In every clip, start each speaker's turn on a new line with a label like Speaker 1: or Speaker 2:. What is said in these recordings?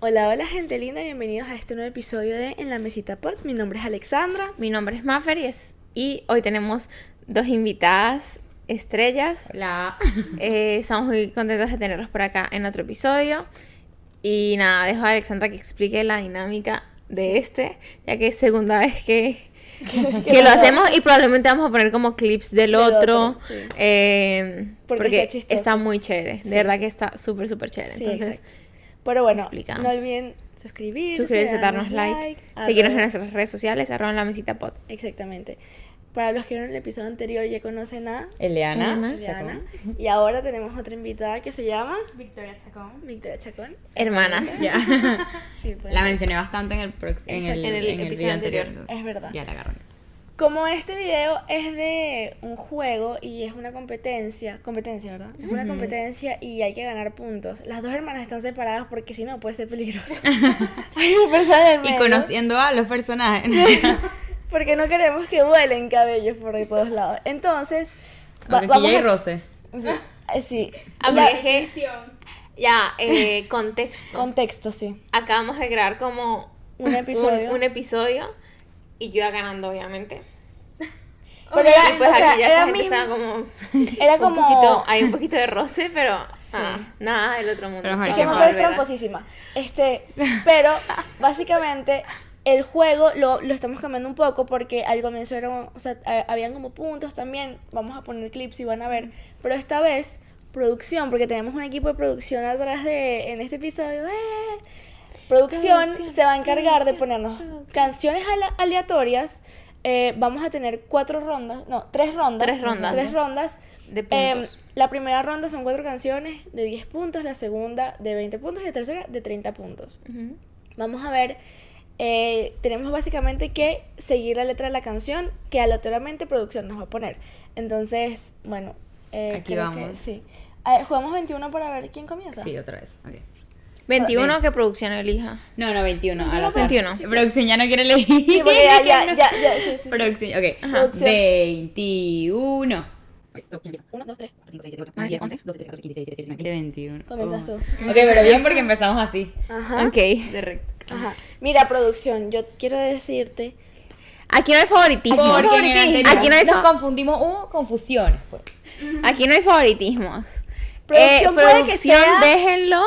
Speaker 1: Hola, hola gente linda, bienvenidos a este nuevo episodio de En la Mesita Pod. Mi nombre es Alexandra.
Speaker 2: Mi nombre es Maffer y, es- y hoy tenemos dos invitadas estrellas.
Speaker 3: La
Speaker 2: Eh, estamos muy contentos de tenerlos por acá en otro episodio. Y nada, dejo a Alexandra que explique la dinámica de este, ya que es segunda vez que, que lo hacemos y probablemente vamos a poner como clips del,
Speaker 1: Del
Speaker 2: otro.
Speaker 1: otro, sí.
Speaker 2: eh,
Speaker 1: Porque
Speaker 2: porque
Speaker 1: está
Speaker 2: está,
Speaker 1: chistoso.
Speaker 2: muy chévere,
Speaker 1: Sí.
Speaker 2: de verdad que está súper, súper chévere.
Speaker 1: Sí,
Speaker 2: Entonces,
Speaker 1: exacto. Pero bueno,
Speaker 2: explica.
Speaker 1: no olviden suscribirse,
Speaker 2: suscribirse, darnos like, seguirnos en
Speaker 1: arroba-
Speaker 2: nuestras redes sociales, arroba en la mesita pod.
Speaker 1: Exactamente. Para los que vieron el episodio anterior ya conocen a
Speaker 3: Eliana.
Speaker 2: Eliana.
Speaker 3: Chacón.
Speaker 1: Diana. Y ahora tenemos otra invitada que se llama
Speaker 4: Victoria Chacón.
Speaker 1: Victoria Chacón.
Speaker 2: Hermanas.
Speaker 1: Sí, pues.
Speaker 3: La mencioné bastante en el, prox- en
Speaker 1: Exacto,
Speaker 3: el,
Speaker 2: en el
Speaker 3: en el
Speaker 2: episodio
Speaker 3: video anterior.
Speaker 2: anterior.
Speaker 1: Es verdad.
Speaker 3: Ya la agarraron.
Speaker 1: Como este video es de un juego y es una competencia, competencia, ¿verdad? Es una competencia y hay que ganar puntos. Las dos hermanas están separadas porque si no puede ser peligroso. hay una persona en el
Speaker 3: Y
Speaker 1: medio,
Speaker 3: conociendo a los personajes.
Speaker 1: Porque no queremos que vuelen cabellos por todos lados. Entonces, va-
Speaker 3: Aunque aquí ya hay
Speaker 1: a-
Speaker 3: roce.
Speaker 1: Eh, Sí.
Speaker 2: Ah,
Speaker 1: La-
Speaker 2: porque es que- ya, eh, contexto.
Speaker 1: Contexto, sí.
Speaker 2: Acabamos de grabar como
Speaker 1: Un episodio.
Speaker 2: un episodio y yo iba ganando, obviamente.
Speaker 1: Pero era,
Speaker 2: y pues
Speaker 1: o sea,
Speaker 2: aquí ya
Speaker 1: era
Speaker 2: esa gente
Speaker 1: mismo-
Speaker 2: estaba como.
Speaker 1: era
Speaker 2: un
Speaker 1: como...
Speaker 2: poquito- hay un poquito de roce, pero ah, nada del otro mundo.
Speaker 3: Pero, ajá,
Speaker 1: Es
Speaker 3: Ay,
Speaker 1: que
Speaker 3: qué
Speaker 1: me
Speaker 3: mal,
Speaker 1: fue
Speaker 3: Mafer
Speaker 1: tramposísima. Este, pero básicamente el juego lo, lo estamos cambiando un poco porque al comienzo eran, o sea, a- habían como puntos también. Vamos a poner clips y van a ver. Pero esta vez, producción, porque tenemos un equipo de producción atrás de en este episodio. ¡eh! Producción,
Speaker 2: Producción,
Speaker 1: se va a encargar de
Speaker 2: producción,
Speaker 1: ponernos
Speaker 2: producción.
Speaker 1: canciones ala- aleatorias. Eh, vamos a tener cuatro rondas, no, tres rondas.
Speaker 2: Tres rondas.
Speaker 1: Tres rondas.
Speaker 2: De
Speaker 1: Eh,
Speaker 2: puntos.
Speaker 1: la primera ronda son cuatro canciones de 10 puntos, la segunda de 20 puntos y la tercera de 30 puntos.
Speaker 2: Ujú.
Speaker 1: Vamos a ver, eh, tenemos básicamente que seguir la letra de la canción que aleatoriamente producción nos va a poner. Entonces, bueno, eh,
Speaker 3: Aquí
Speaker 1: creo que
Speaker 3: vamos.
Speaker 1: sí. A ver, jugamos 21 para ver quién comienza.
Speaker 3: Sí, otra vez. ok.
Speaker 2: 21 que producción elija.
Speaker 3: No, no, 21. al azar.
Speaker 2: 21.
Speaker 3: Producción ya no quiere elegir.
Speaker 1: Sí, porque ya, ya, ya, ya, sí, sí, sí.
Speaker 3: Producción, ok.
Speaker 1: Ajá. Producción.
Speaker 3: 21.
Speaker 1: 1, 2, 3.
Speaker 2: 9, 10, 11,
Speaker 3: 21.
Speaker 1: Comienzas tú.
Speaker 3: Ok, pero bien porque empezamos así.
Speaker 1: Ajá.
Speaker 2: Ok.
Speaker 3: De recto.
Speaker 1: Ajá. Mira, producción, yo quiero decirte
Speaker 2: Aquí no hay favoritismos.
Speaker 3: Porque en el anterior
Speaker 2: Aquí no hay
Speaker 3: nos
Speaker 2: fa-
Speaker 3: confundimos, hubo confusión. Pues.
Speaker 2: Aquí no hay favoritismos. Eh,
Speaker 1: Producción puede que
Speaker 2: producción,
Speaker 1: sea-
Speaker 2: déjenlo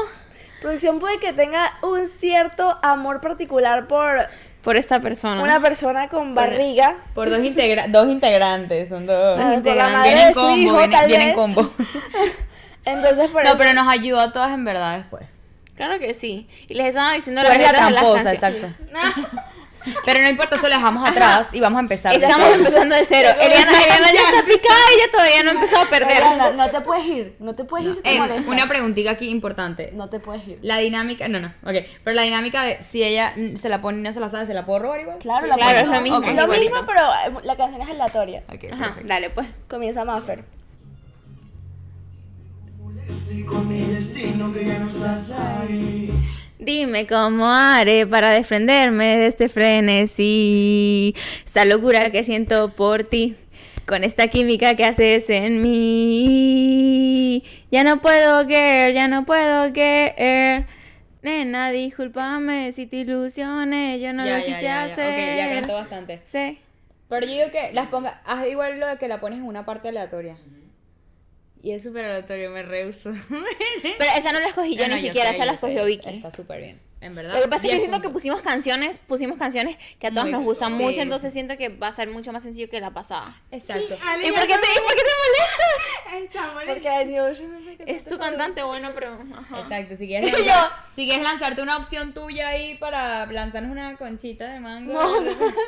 Speaker 1: Producción puede que tenga un cierto amor particular por
Speaker 2: por esta persona.
Speaker 1: una persona con barriga.
Speaker 3: Por dos, integra dos integrantes, son dos.
Speaker 1: ah, Por la
Speaker 2: integrantes.
Speaker 1: madre de
Speaker 3: Vienen
Speaker 1: su
Speaker 3: combo,
Speaker 1: hijo,
Speaker 3: vienen,
Speaker 1: tal
Speaker 3: vienen
Speaker 1: vez.
Speaker 3: combo.
Speaker 1: Entonces, por
Speaker 3: No,
Speaker 1: eso.
Speaker 3: pero nos ayudó a todas en verdad después.
Speaker 2: Claro que sí. Y les estaban diciendo
Speaker 3: Tú
Speaker 1: Pues
Speaker 3: eres la
Speaker 2: letras de las
Speaker 3: tramposa,
Speaker 2: canciones.
Speaker 3: exacto. Pero no importa, eso lo dejamos atrás y vamos a empezar. de
Speaker 2: Estamos
Speaker 3: cero.
Speaker 2: empezando de cero. Eliana, Eliana ya está aplicada y ella todavía no ha empezado a perder.
Speaker 1: Mariana, no te puedes ir. No te puedes ir si te
Speaker 3: Eh,
Speaker 1: molestas.
Speaker 3: una preguntita aquí importante.
Speaker 1: No te puedes ir.
Speaker 3: La dinámica, no, no, ok. Pero la dinámica de si ella mm, se la pone y no se la sabe, ¿se la puedo robar igual?
Speaker 1: Claro,
Speaker 2: Sí,
Speaker 1: la
Speaker 2: claro,
Speaker 1: ponemos.
Speaker 2: es lo mismo,
Speaker 1: Ok.
Speaker 2: es
Speaker 1: Lo
Speaker 2: igualito.
Speaker 1: mismo, pero eh, la canción es aleatoria.
Speaker 3: Ok,
Speaker 2: Ajá,
Speaker 3: perfecto.
Speaker 2: dale pues.
Speaker 1: Comienza Maffer.
Speaker 5: Y con mi destino que ya no estás ahí.
Speaker 2: Dime cómo haré para defenderme de este frenesí, esa locura que siento por ti, con esta química que haces en mí. Ya no puedo querer, ya no puedo querer. Nena, discúlpame si te ilusioné, yo no
Speaker 3: Ya,
Speaker 2: lo
Speaker 3: ya,
Speaker 2: quise
Speaker 3: ya, ya.
Speaker 2: hacer.
Speaker 3: Ok, ya cantó bastante.
Speaker 2: Sí.
Speaker 3: Pero yo digo que las ponga, haz igual lo de que la pones en una parte aleatoria. Y es súper aleatorio, me rehuso.
Speaker 2: Pero esa Ah, no la escogí yo
Speaker 3: Ah, No, no,
Speaker 2: ni siquiera,
Speaker 3: sé,
Speaker 2: esa la
Speaker 3: yo sé,
Speaker 2: escogió Vicky.
Speaker 3: Está súper bien, en verdad.
Speaker 2: Lo que pasa es que
Speaker 3: Diez
Speaker 2: siento que
Speaker 3: puntos.
Speaker 2: pusimos canciones, pusimos canciones que a todas
Speaker 3: Muy
Speaker 2: nos gustan
Speaker 3: bien.
Speaker 2: mucho,
Speaker 3: Sí.
Speaker 2: entonces siento que va a ser mucho más sencillo que la pasada.
Speaker 3: Exacto.
Speaker 2: ¿Y por qué te, y por qué te
Speaker 4: Está molesta.
Speaker 1: Porque yo.
Speaker 2: molestas? Es tu cantante bueno, pero... ajá.
Speaker 3: Exacto, si quieres,
Speaker 1: Y yo.
Speaker 3: si quieres lanzarte una opción tuya ahí para lanzarnos una conchita de mango.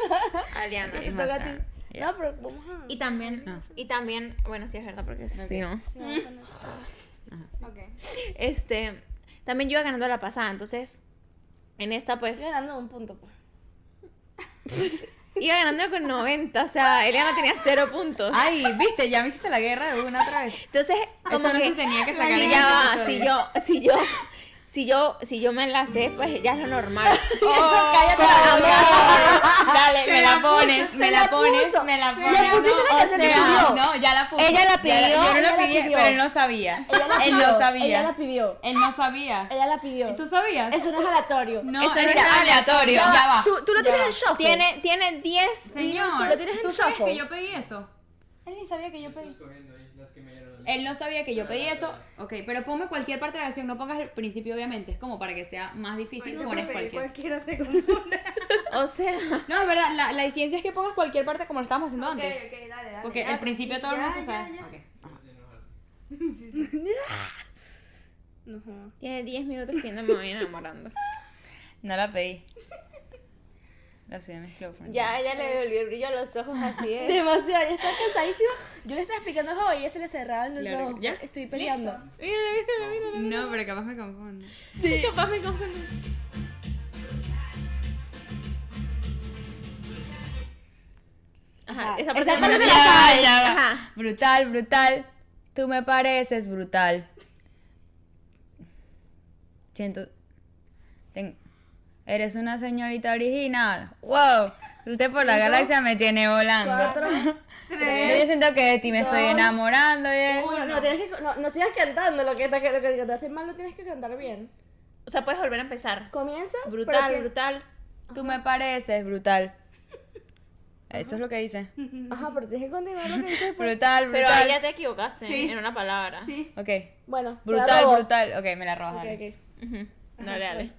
Speaker 2: Aliana. Ah.
Speaker 1: Te toca a ti. No, pero vamos a.
Speaker 2: Y también, y también, bueno, sí es verdad, porque si no...
Speaker 1: Sí, vamos a-
Speaker 2: Este, también yo iba ganando la pasada, entonces, en esta pues,
Speaker 1: Estoy ganando un punto. pues.
Speaker 2: iba ganando con 90, o sea, Eliana tenía 0 puntos.
Speaker 3: Ay, viste, ya me hiciste la guerra de una otra vez.
Speaker 2: Entonces, como
Speaker 3: no
Speaker 2: que,
Speaker 3: se tenía que sacar
Speaker 2: sí,
Speaker 3: en
Speaker 2: ya
Speaker 3: este
Speaker 2: va, si
Speaker 3: episodio.
Speaker 2: yo, si yo, si yo, si yo me enlacé, pues ya es lo normal.
Speaker 3: cállate
Speaker 2: la boca.
Speaker 3: Dale,
Speaker 2: Se
Speaker 3: me
Speaker 2: la
Speaker 3: la pones,
Speaker 2: puso,
Speaker 3: me
Speaker 2: se
Speaker 3: la
Speaker 2: la
Speaker 3: pones,
Speaker 2: puso.
Speaker 3: me la
Speaker 2: Se
Speaker 3: pones.
Speaker 2: la pusiste
Speaker 3: No,
Speaker 2: la
Speaker 3: o
Speaker 2: canción que
Speaker 3: sea,
Speaker 1: pidió.
Speaker 3: No, ya la puso.
Speaker 2: Ella la
Speaker 3: Ya
Speaker 2: pidió,
Speaker 3: Yo no
Speaker 1: ella
Speaker 3: la
Speaker 1: la
Speaker 3: pidió,
Speaker 1: pidió.
Speaker 3: pero él no sabía.
Speaker 1: Ella la
Speaker 3: Él
Speaker 1: pidió,
Speaker 3: no
Speaker 1: Ella la
Speaker 3: sabía.
Speaker 1: pidió.
Speaker 3: Él no sabía.
Speaker 1: Ella la pidió.
Speaker 3: ¿Y tú sabías?
Speaker 1: Eso no es aleatorio.
Speaker 3: No,
Speaker 2: Eso no
Speaker 3: ese
Speaker 2: es aleatorio.
Speaker 3: Ya
Speaker 2: Ya
Speaker 3: va.
Speaker 1: Tú, tú lo
Speaker 3: ya
Speaker 1: tienes
Speaker 3: va.
Speaker 1: en shuffle.
Speaker 2: Tiene, tiene 10
Speaker 3: Señor,
Speaker 1: minutos, lo tienes en
Speaker 3: ¿tú sabes
Speaker 1: shuffle.
Speaker 3: que yo pedí eso? Él ni sabía que yo pedí.
Speaker 6: escogiendo ahí las que me dieron.
Speaker 3: Él no sabía que yo pedí eso. Ok, pero ponme cualquier parte de la canción, no pongas el principio, obviamente. Es como para que sea más difícil, pones cualquier.
Speaker 7: Cualquiera se confunde.
Speaker 2: O sea,
Speaker 3: No, es verdad, la, la ciencia es que pongas cualquier parte como lo estábamos haciendo
Speaker 7: ok,
Speaker 3: antes.
Speaker 7: ok, dale, dale.
Speaker 3: Porque
Speaker 7: ya,
Speaker 3: el principio todo el
Speaker 7: ya,
Speaker 3: mundo se
Speaker 7: ya,
Speaker 3: sabe.
Speaker 7: ya.
Speaker 3: Ok.
Speaker 6: Sin enojarse.
Speaker 1: No, jodas.
Speaker 2: tiene 10 minutos que no me voy enamorando.
Speaker 3: No la pedí. La subí a mis clofriends.
Speaker 2: ella le volvió el brillo a los ojos así ¿eh?
Speaker 1: Demasiado, ya está cansadísima. Yo le estaba explicando a y ella se le cerraban los
Speaker 3: Claro,
Speaker 1: ojos.
Speaker 3: ¿ya?
Speaker 1: Estoy peleando.
Speaker 3: No, pero capaz me confundo.
Speaker 1: Sí.
Speaker 3: Capaz me confundo.
Speaker 2: Ajá,
Speaker 1: Ajá,
Speaker 2: esa
Speaker 1: esa
Speaker 2: parte no
Speaker 1: parte
Speaker 2: me
Speaker 1: te
Speaker 2: la
Speaker 1: la
Speaker 2: sabes.
Speaker 1: sabes.
Speaker 2: Ajá.
Speaker 3: Brutal, brutal. Tú me pareces brutal. Siento. ten- Eres una señorita original. ¡Wow! Usted por la galaxia me tiene volando.
Speaker 1: Cuatro,
Speaker 3: Yo yo siento que de ti me estoy
Speaker 1: dos,
Speaker 3: enamorando. ¿eh?
Speaker 1: uno. No, tienes que, no, no sigas cantando lo que, te- lo que cantaste mal, lo tienes que cantar bien.
Speaker 2: O sea, puedes volver a empezar.
Speaker 1: Comienza. pero
Speaker 2: Brutal,
Speaker 1: tien-
Speaker 2: brutal.
Speaker 3: Tú me pareces brutal. Eso es lo que dice.
Speaker 1: Ajá, pero tienes que continuar lo que dices. pues.
Speaker 3: Brutal,
Speaker 2: Pero
Speaker 3: brutal.
Speaker 2: ahí ya te equivocaste en una palabra.
Speaker 7: Sí.
Speaker 3: Ok.
Speaker 1: Bueno, se la
Speaker 3: Brutal,
Speaker 1: robó.
Speaker 3: brutal. Ok, me la robas.
Speaker 1: Ok,
Speaker 3: dale.
Speaker 1: ok.
Speaker 2: Ujú. Dale, dale.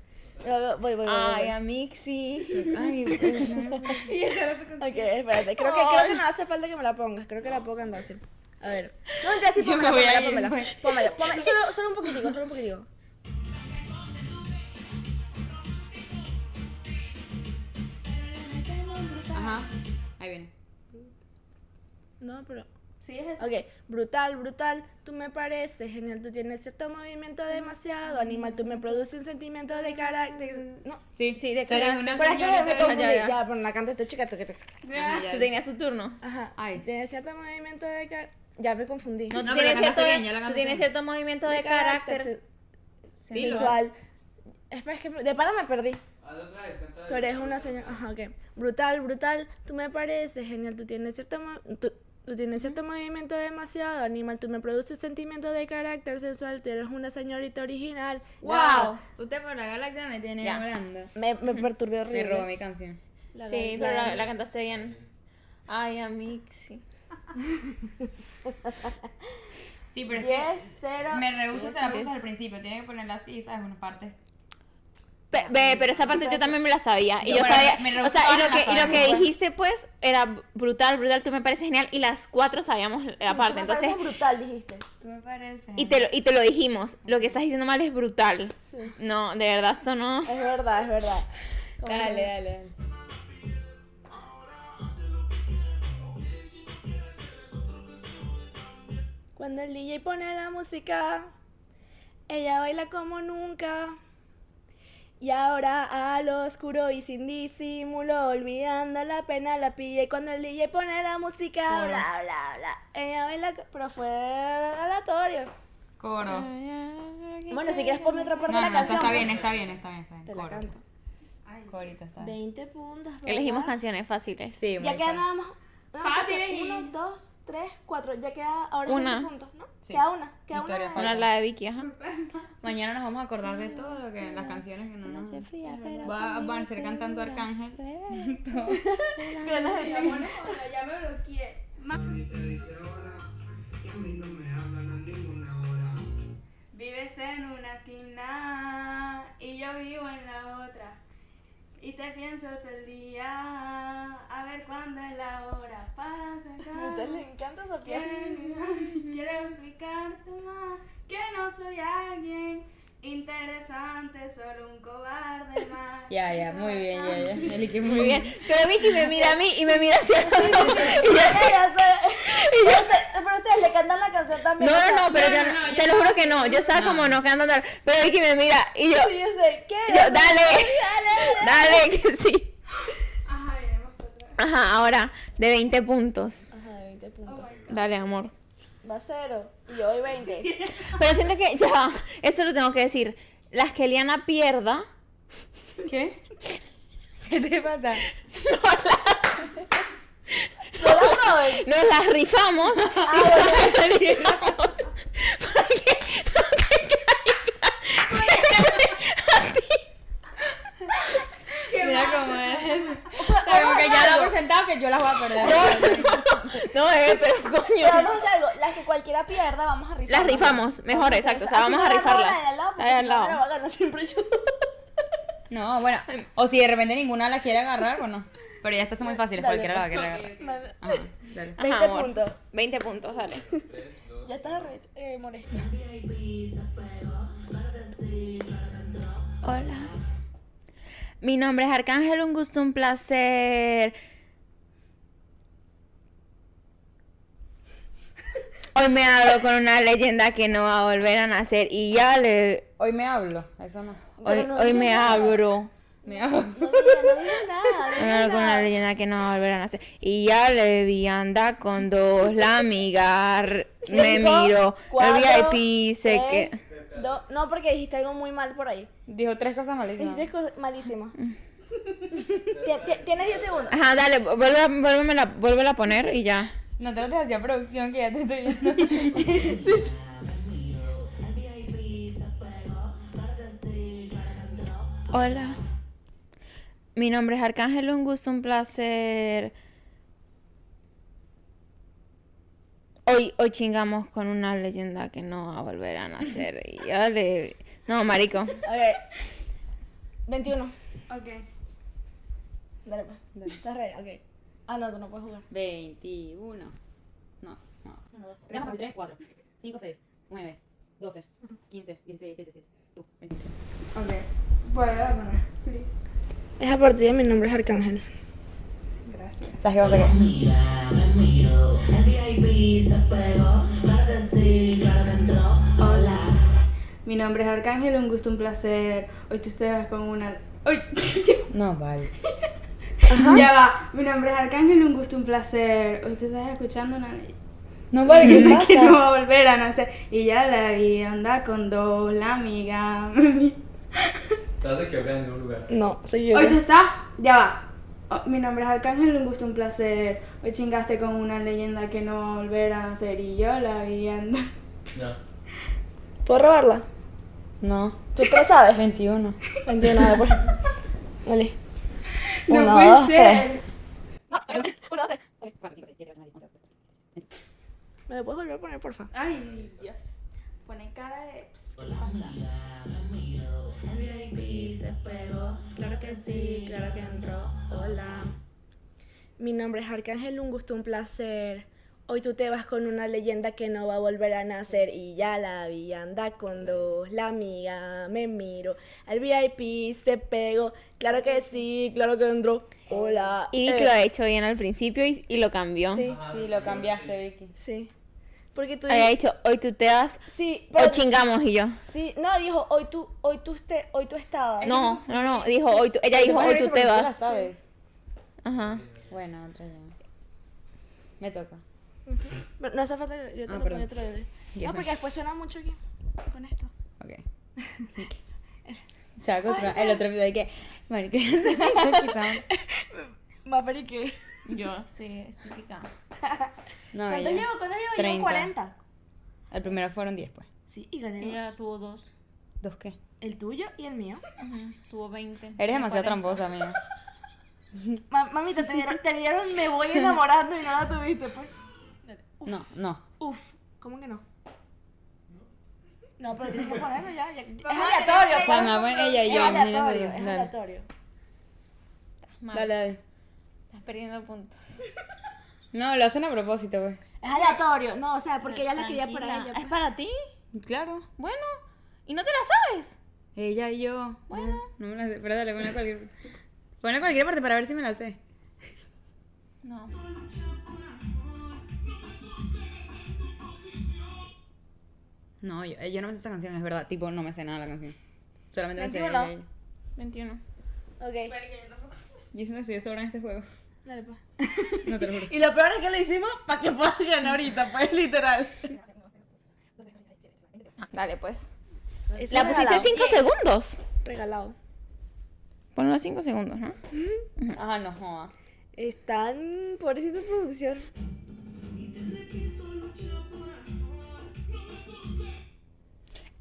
Speaker 1: Yo Voy, voy, voy.
Speaker 2: Ay,
Speaker 3: Ah,
Speaker 1: voy, voy.
Speaker 2: Amixi.
Speaker 3: Ay, bueno.
Speaker 1: Ok, espérate. Creo que, creo que no hace falta que me la pongas. Creo que la puedo cantar, sí. A ver. No, ya sí,
Speaker 3: Yo me
Speaker 1: pónmela,
Speaker 3: voy a
Speaker 1: pónmela,
Speaker 3: ir,
Speaker 1: pónmela.
Speaker 3: voy.
Speaker 1: Pónmela, pónmela. Solo, solo un poquitico, solo un poquitico.
Speaker 3: Ajá. Ahí viene.
Speaker 1: No, pero...
Speaker 7: Sí, es eso.
Speaker 1: Ok, brutal, brutal, tú me pareces genial, tú tienes cierto movimiento demasiado animal, tú me produces un sentimiento de carácter...
Speaker 3: Mm.
Speaker 1: No,
Speaker 3: Sí, sí, de
Speaker 1: pero es que me- me confundí, ya, pero la canta esta chica, tú que te...
Speaker 2: Tú tenías tu turno.
Speaker 1: Ajá,
Speaker 3: Ay.
Speaker 1: tienes cierto movimiento de carácter... Ya me confundí.
Speaker 2: No, tú
Speaker 3: No, pero
Speaker 2: tienes
Speaker 3: la cantaste
Speaker 2: cierto,
Speaker 3: bien, ya la
Speaker 2: tú
Speaker 3: cantaste
Speaker 2: tienes
Speaker 3: bien.
Speaker 2: cierto movimiento de, carácter.
Speaker 1: se-
Speaker 3: Sí, lo-
Speaker 1: sensual. Espera, es que me- de para me perdí.
Speaker 6: Hazlo otra vez, canta.
Speaker 1: Tú eres una señora. Ajá, ok. Brutal, brutal. Tú me pareces genial. Tú tienes cierto. mo- Tú, tú tienes cierto movimiento demasiado animal. Tú me produces sentimiento de carácter sensual. Tú eres una señorita original.
Speaker 2: Wow.
Speaker 3: Usted por la galaxia me tiene
Speaker 2: Ya.
Speaker 3: enamorando.
Speaker 1: Me, me perturbé
Speaker 3: Me
Speaker 1: horrible.
Speaker 3: robó mi canción.
Speaker 1: La
Speaker 2: Sí,
Speaker 1: verdad.
Speaker 2: pero la, la cantaste bien. Ay, Amixi.
Speaker 3: Sí, pero es
Speaker 1: Diez, cero.
Speaker 3: que me rehuso se la
Speaker 1: diez.
Speaker 3: puse al principio. Tiene que ponerla así, ¿sabes? Unas partes.
Speaker 2: Pe- Ve, pero esa parte yo también me la sabía. Y
Speaker 3: Yo,
Speaker 2: yo
Speaker 3: bueno,
Speaker 2: sabía.
Speaker 3: me- me
Speaker 2: o sea, y
Speaker 3: rehusaba,
Speaker 2: lo, que,
Speaker 3: la
Speaker 2: y lo que
Speaker 3: sabía.
Speaker 2: dijiste, pues, era brutal, brutal. Tú me pareces genial. Y las cuatro sabíamos la
Speaker 1: Sí, tú
Speaker 2: parte.
Speaker 1: me
Speaker 2: Entonces,
Speaker 1: pareces brutal, dijiste.
Speaker 3: Tú me pareces.
Speaker 2: y te, lo, y te lo dijimos. Lo que estás diciendo mal es brutal.
Speaker 1: Sí.
Speaker 2: No, de verdad, esto no.
Speaker 1: Es verdad, es verdad. Como
Speaker 3: Dale,
Speaker 1: que-
Speaker 3: dale, dale.
Speaker 1: Cuando el DJ pone la música, ella baila como nunca. Y ahora al oscuro y sin disimulo, olvidando la pena la pilla. Y cuando el DJ pone la música,
Speaker 3: Coro.
Speaker 1: bla, bla, bla. Ella baila, co- pero fue aleatorio.
Speaker 3: Coro.
Speaker 2: Mm,
Speaker 1: Bueno, si quieres ponme otra
Speaker 3: No,
Speaker 1: parte de
Speaker 3: no,
Speaker 1: la
Speaker 3: no, esto
Speaker 1: canción.
Speaker 3: está
Speaker 1: pues.
Speaker 3: bien, está bien, está bien, está bien.
Speaker 1: Te la
Speaker 3: Coro.
Speaker 1: canto.
Speaker 3: Corito está bien.
Speaker 1: 20 puntos. ¿verdad?
Speaker 2: Elegimos canciones fáciles.
Speaker 3: Sí, muy
Speaker 1: Ya queda
Speaker 3: fácil.
Speaker 1: nada más. nada más
Speaker 7: Fáciles
Speaker 1: que
Speaker 7: y-
Speaker 1: Uno, dos, tres, cuatro. Ya queda ahora
Speaker 2: Una.
Speaker 1: 20 puntos, ¿no?
Speaker 3: Sí.
Speaker 1: Queda una. Queda
Speaker 3: Victoria,
Speaker 1: una.
Speaker 2: Una la de Vicky, ajá.
Speaker 3: Mañana nos vamos a acordar de todo lo que las canciones que no nos.
Speaker 2: fría, pero
Speaker 3: Va, van a ser cantando Arcángel. Todo.
Speaker 7: Ya me bloqueé.
Speaker 5: Y te dice hola, y a mí no me hablan a ninguna hora.
Speaker 7: Vives en una esquina y yo vivo en la otra. Y te pienso todo el día, a ver cuándo es la hora para
Speaker 1: A ustedes
Speaker 7: sacar.
Speaker 1: les encanta esa pieza.
Speaker 7: Quiero explicarte más que no soy alguien interesante, solo un cobarde más.
Speaker 3: Ya, ya, muy bien, ya, ya. Eli, que muy
Speaker 2: Muy
Speaker 3: bien.
Speaker 2: bien. Pero Vicky me mira a mí y me mira hacia los ojos. Y yo así-
Speaker 1: Pero ustedes le cantan la canción también.
Speaker 2: No,
Speaker 1: o sea,
Speaker 2: no, no, pero yo no- te lo juro que no. Yo estaba como no cantando. Pero Vicky me mira y yo,
Speaker 1: Yo sé, ¿qué?
Speaker 2: yo, dale, dale, que sí.
Speaker 7: Ajá, ya hemos tocado.
Speaker 2: Ajá, ahora, de 20 puntos.
Speaker 1: Ajá, de 20 puntos.
Speaker 2: Dale, amor.
Speaker 1: Va cero. Y yo voy 20.
Speaker 2: Pero siento que ya, eso lo tengo que decir. las que Eliana pierda,
Speaker 3: ¿Qué? ¿Qué te pasa?
Speaker 2: nos las rifamos. Porque no te caiga siempre a ti.
Speaker 3: Mira cómo es. Pero porque ya da por sentado que yo las voy a perder.
Speaker 2: No, eh, pero
Speaker 1: Pero
Speaker 2: coño.
Speaker 1: vamos a hacer algo, las que cualquiera pierda, vamos a rifar.
Speaker 2: Las rifamos, mejor, exacto. O sea, vamos a rifarlas. La de al
Speaker 1: Pero
Speaker 2: lado.
Speaker 1: va a ganar siempre yo.
Speaker 3: No, bueno. O si de repente ninguna la quiere agarrar, bueno. Pero ya estas son muy fáciles,
Speaker 1: Dale,
Speaker 3: cualquiera la va a querer
Speaker 7: pues.
Speaker 3: agarrar.
Speaker 1: Dale.
Speaker 3: Ajá, dale.
Speaker 2: Ajá,
Speaker 1: 20
Speaker 2: amor.
Speaker 1: puntos.
Speaker 2: 20 puntos, dale.
Speaker 8: Tres, dos.
Speaker 1: Ya estás arre- eh, molesta.
Speaker 2: Hola. Mi nombre es Arcángel, un gusto, un placer. Hoy me hablo con una leyenda que no va a volver a nacer y ya le...
Speaker 3: Hoy me hablo, eso no.
Speaker 2: Hoy, hoy me abro.
Speaker 3: Me hablo.
Speaker 1: No digas, no digas nada. no
Speaker 2: Hoy
Speaker 1: digas
Speaker 2: me hablo con una
Speaker 1: nada.
Speaker 2: leyenda que no va a volver a nacer. Y ya le vi andar con dos, la amiga r- me
Speaker 1: Cinco,
Speaker 2: miró.
Speaker 1: cuatro,
Speaker 2: el VIP se
Speaker 1: tres,
Speaker 2: que...
Speaker 1: dos- no, porque dijiste algo muy mal por ahí.
Speaker 3: Dijo tres cosas malísimas.
Speaker 1: Dijiste cosas malísimas. Tien- tien- Tienes 10 segundos.
Speaker 2: Ajá, dale, vuelve, vuélvemela- vuélvela a poner y ya.
Speaker 3: No te lo dejes hacía producción que ya te estoy viendo.
Speaker 2: Hola. Mi nombre es Arcángel, un gusto, un placer. Hoy, hoy chingamos con una leyenda que no va a volver a nacer. Y ya le... No, marico.
Speaker 1: A ver. 21.
Speaker 7: Ok.
Speaker 1: Dale, pues. Estás ready, ok. Ah, no, tú no puedes jugar.
Speaker 3: 21. No, no. 3, 4, 5, 6, 9, 12, 15, 16, 17, 18.
Speaker 7: Ok. Voy a poner. please.
Speaker 1: Es a partir de mi nombre es Arcángel.
Speaker 7: Gracias.
Speaker 3: ¿Sabes qué pasa? Que
Speaker 7: Mi nombre es Arcángel, un gusto, un placer. Hoy tú estás con una. ¡Uy!
Speaker 3: no, vale.
Speaker 7: ya va. Mi nombre es Arcángel, un gusto, un placer. Hoy tú estás escuchando una.
Speaker 3: No, vale, ¿qué
Speaker 7: leyenda
Speaker 3: pasa?
Speaker 7: que no va a volver a nacer. Y ya la vi anda con dos, la amiga. Hoy
Speaker 8: Te vas a equivocar en ningún lugar.
Speaker 1: No, seguí. yo.
Speaker 7: tú estás. Ya va. Oh, mi nombre es Arcángel, un gusto, un placer. Hoy chingaste con una leyenda que no va a volver a nacer. Y yo la vi anda.
Speaker 8: No.
Speaker 1: ¿Puedo robarla?
Speaker 3: No,
Speaker 1: ¿Tú te la sabes?
Speaker 3: 21.
Speaker 1: 21, dale, pues. Vale.
Speaker 7: No
Speaker 1: Uno,
Speaker 7: puede
Speaker 1: dos,
Speaker 7: ser.
Speaker 1: tres. ¿Me lo puedes volver a poner, porfa?
Speaker 7: Ay, Dios. Pone cara de. Ps, ¿Qué pasa?
Speaker 1: Mi nombre es Arcángel, un gusto, un placer. Hoy tú te vas con una leyenda que no va a volver a nacer y ya la vi, anda con dos, la amiga me miro, al VIP se pegó, claro que sí, claro que entró, hola.
Speaker 2: Y
Speaker 1: eh,
Speaker 2: Vic lo ha hecho bien al principio y, y lo cambió.
Speaker 1: Sí,
Speaker 3: Sí, lo cambiaste, Vicky.
Speaker 1: sí. Porque tú
Speaker 2: Había
Speaker 1: dijiste,
Speaker 2: dicho, hoy tú te das
Speaker 1: sí,
Speaker 2: o
Speaker 1: pero,
Speaker 2: chingamos y yo.
Speaker 1: sí, no, dijo, hoy tú, hoy tú, este, hoy tú estabas.
Speaker 2: No, no, no. Dijo, hoy tú, ella dijo,
Speaker 3: Bueno,
Speaker 2: hoy
Speaker 3: ahorita
Speaker 2: tú
Speaker 3: porque
Speaker 2: te
Speaker 3: la
Speaker 2: vas.
Speaker 3: sabes.
Speaker 2: Ajá.
Speaker 3: Bueno, otra ya. Me toca.
Speaker 1: Pero no hace falta que yo te
Speaker 3: Ah,
Speaker 1: lo
Speaker 3: perdón.
Speaker 1: ponga otra vez.
Speaker 3: Ya.
Speaker 1: No, porque después suena mucho aquí, con esto.
Speaker 3: Ok. Se va a controlar. El otro video de que. Marica, se quitaba.
Speaker 1: Va, pero ¿y qué?
Speaker 2: Yo sí, sí picada.
Speaker 3: No,
Speaker 1: ¿Cuánto
Speaker 3: ya.
Speaker 1: llevo? ¿Cuánto llevo? Llevo
Speaker 3: Treinta.
Speaker 1: 40.
Speaker 3: El primero fueron 10, pues.
Speaker 1: Sí, y gané dos.
Speaker 2: tuvo dos.
Speaker 3: ¿Dos qué?
Speaker 1: El tuyo y el mío.
Speaker 2: Tuvo 20.
Speaker 3: Eres demasiado tramposa, amiga.
Speaker 1: Ma- mamita, te dieron, te dieron me voy enamorando y nada tuviste, pues.
Speaker 3: No, no.
Speaker 1: Uf, ¿cómo que no? No, pero tienes que ponerlo ya. ya- Es
Speaker 7: Vamos a
Speaker 1: aleatorio, pues.
Speaker 7: tener
Speaker 3: Calma, bueno, ella y
Speaker 1: Es
Speaker 3: yo.
Speaker 1: aleatorio, es
Speaker 3: Dale.
Speaker 1: aleatorio.
Speaker 3: Dale, dale.
Speaker 2: Estás perdiendo puntos.
Speaker 3: No, lo hacen a propósito, pues. güey.
Speaker 1: Es aleatorio, no, o sea, porque ella la quería para
Speaker 2: Tranquila.
Speaker 1: ella.
Speaker 2: ¿Es para ti?
Speaker 3: Claro.
Speaker 2: Bueno. ¿Y no te la sabes?
Speaker 3: Ella y yo. Bueno. No me la sé. Pero dale, ponle cualquier. Ponle cualquier parte para ver si me la sé.
Speaker 2: No.
Speaker 3: No, yo, yo no me sé esa canción, es verdad. Tipo, no me sé nada de la canción. Solamente me sé.
Speaker 1: Veintiuno.
Speaker 3: ella y
Speaker 2: 21.
Speaker 3: yo.
Speaker 1: Ok,
Speaker 3: Yo sí me sé sobra en este juego.
Speaker 1: pues. dale, pues.
Speaker 3: No te lo juro.
Speaker 1: Y lo peor es que lo hicimos para que puedas ganar ahorita, pues, literal.
Speaker 2: Dale, pues.
Speaker 1: Eso
Speaker 2: La pusiste
Speaker 1: regalado.
Speaker 2: 5 segundos.
Speaker 1: Regalado.
Speaker 2: Ponlo a 5 segundos, ¿no?
Speaker 3: Ah,
Speaker 9: Ajá, no joda.
Speaker 1: Están pobrecita producción.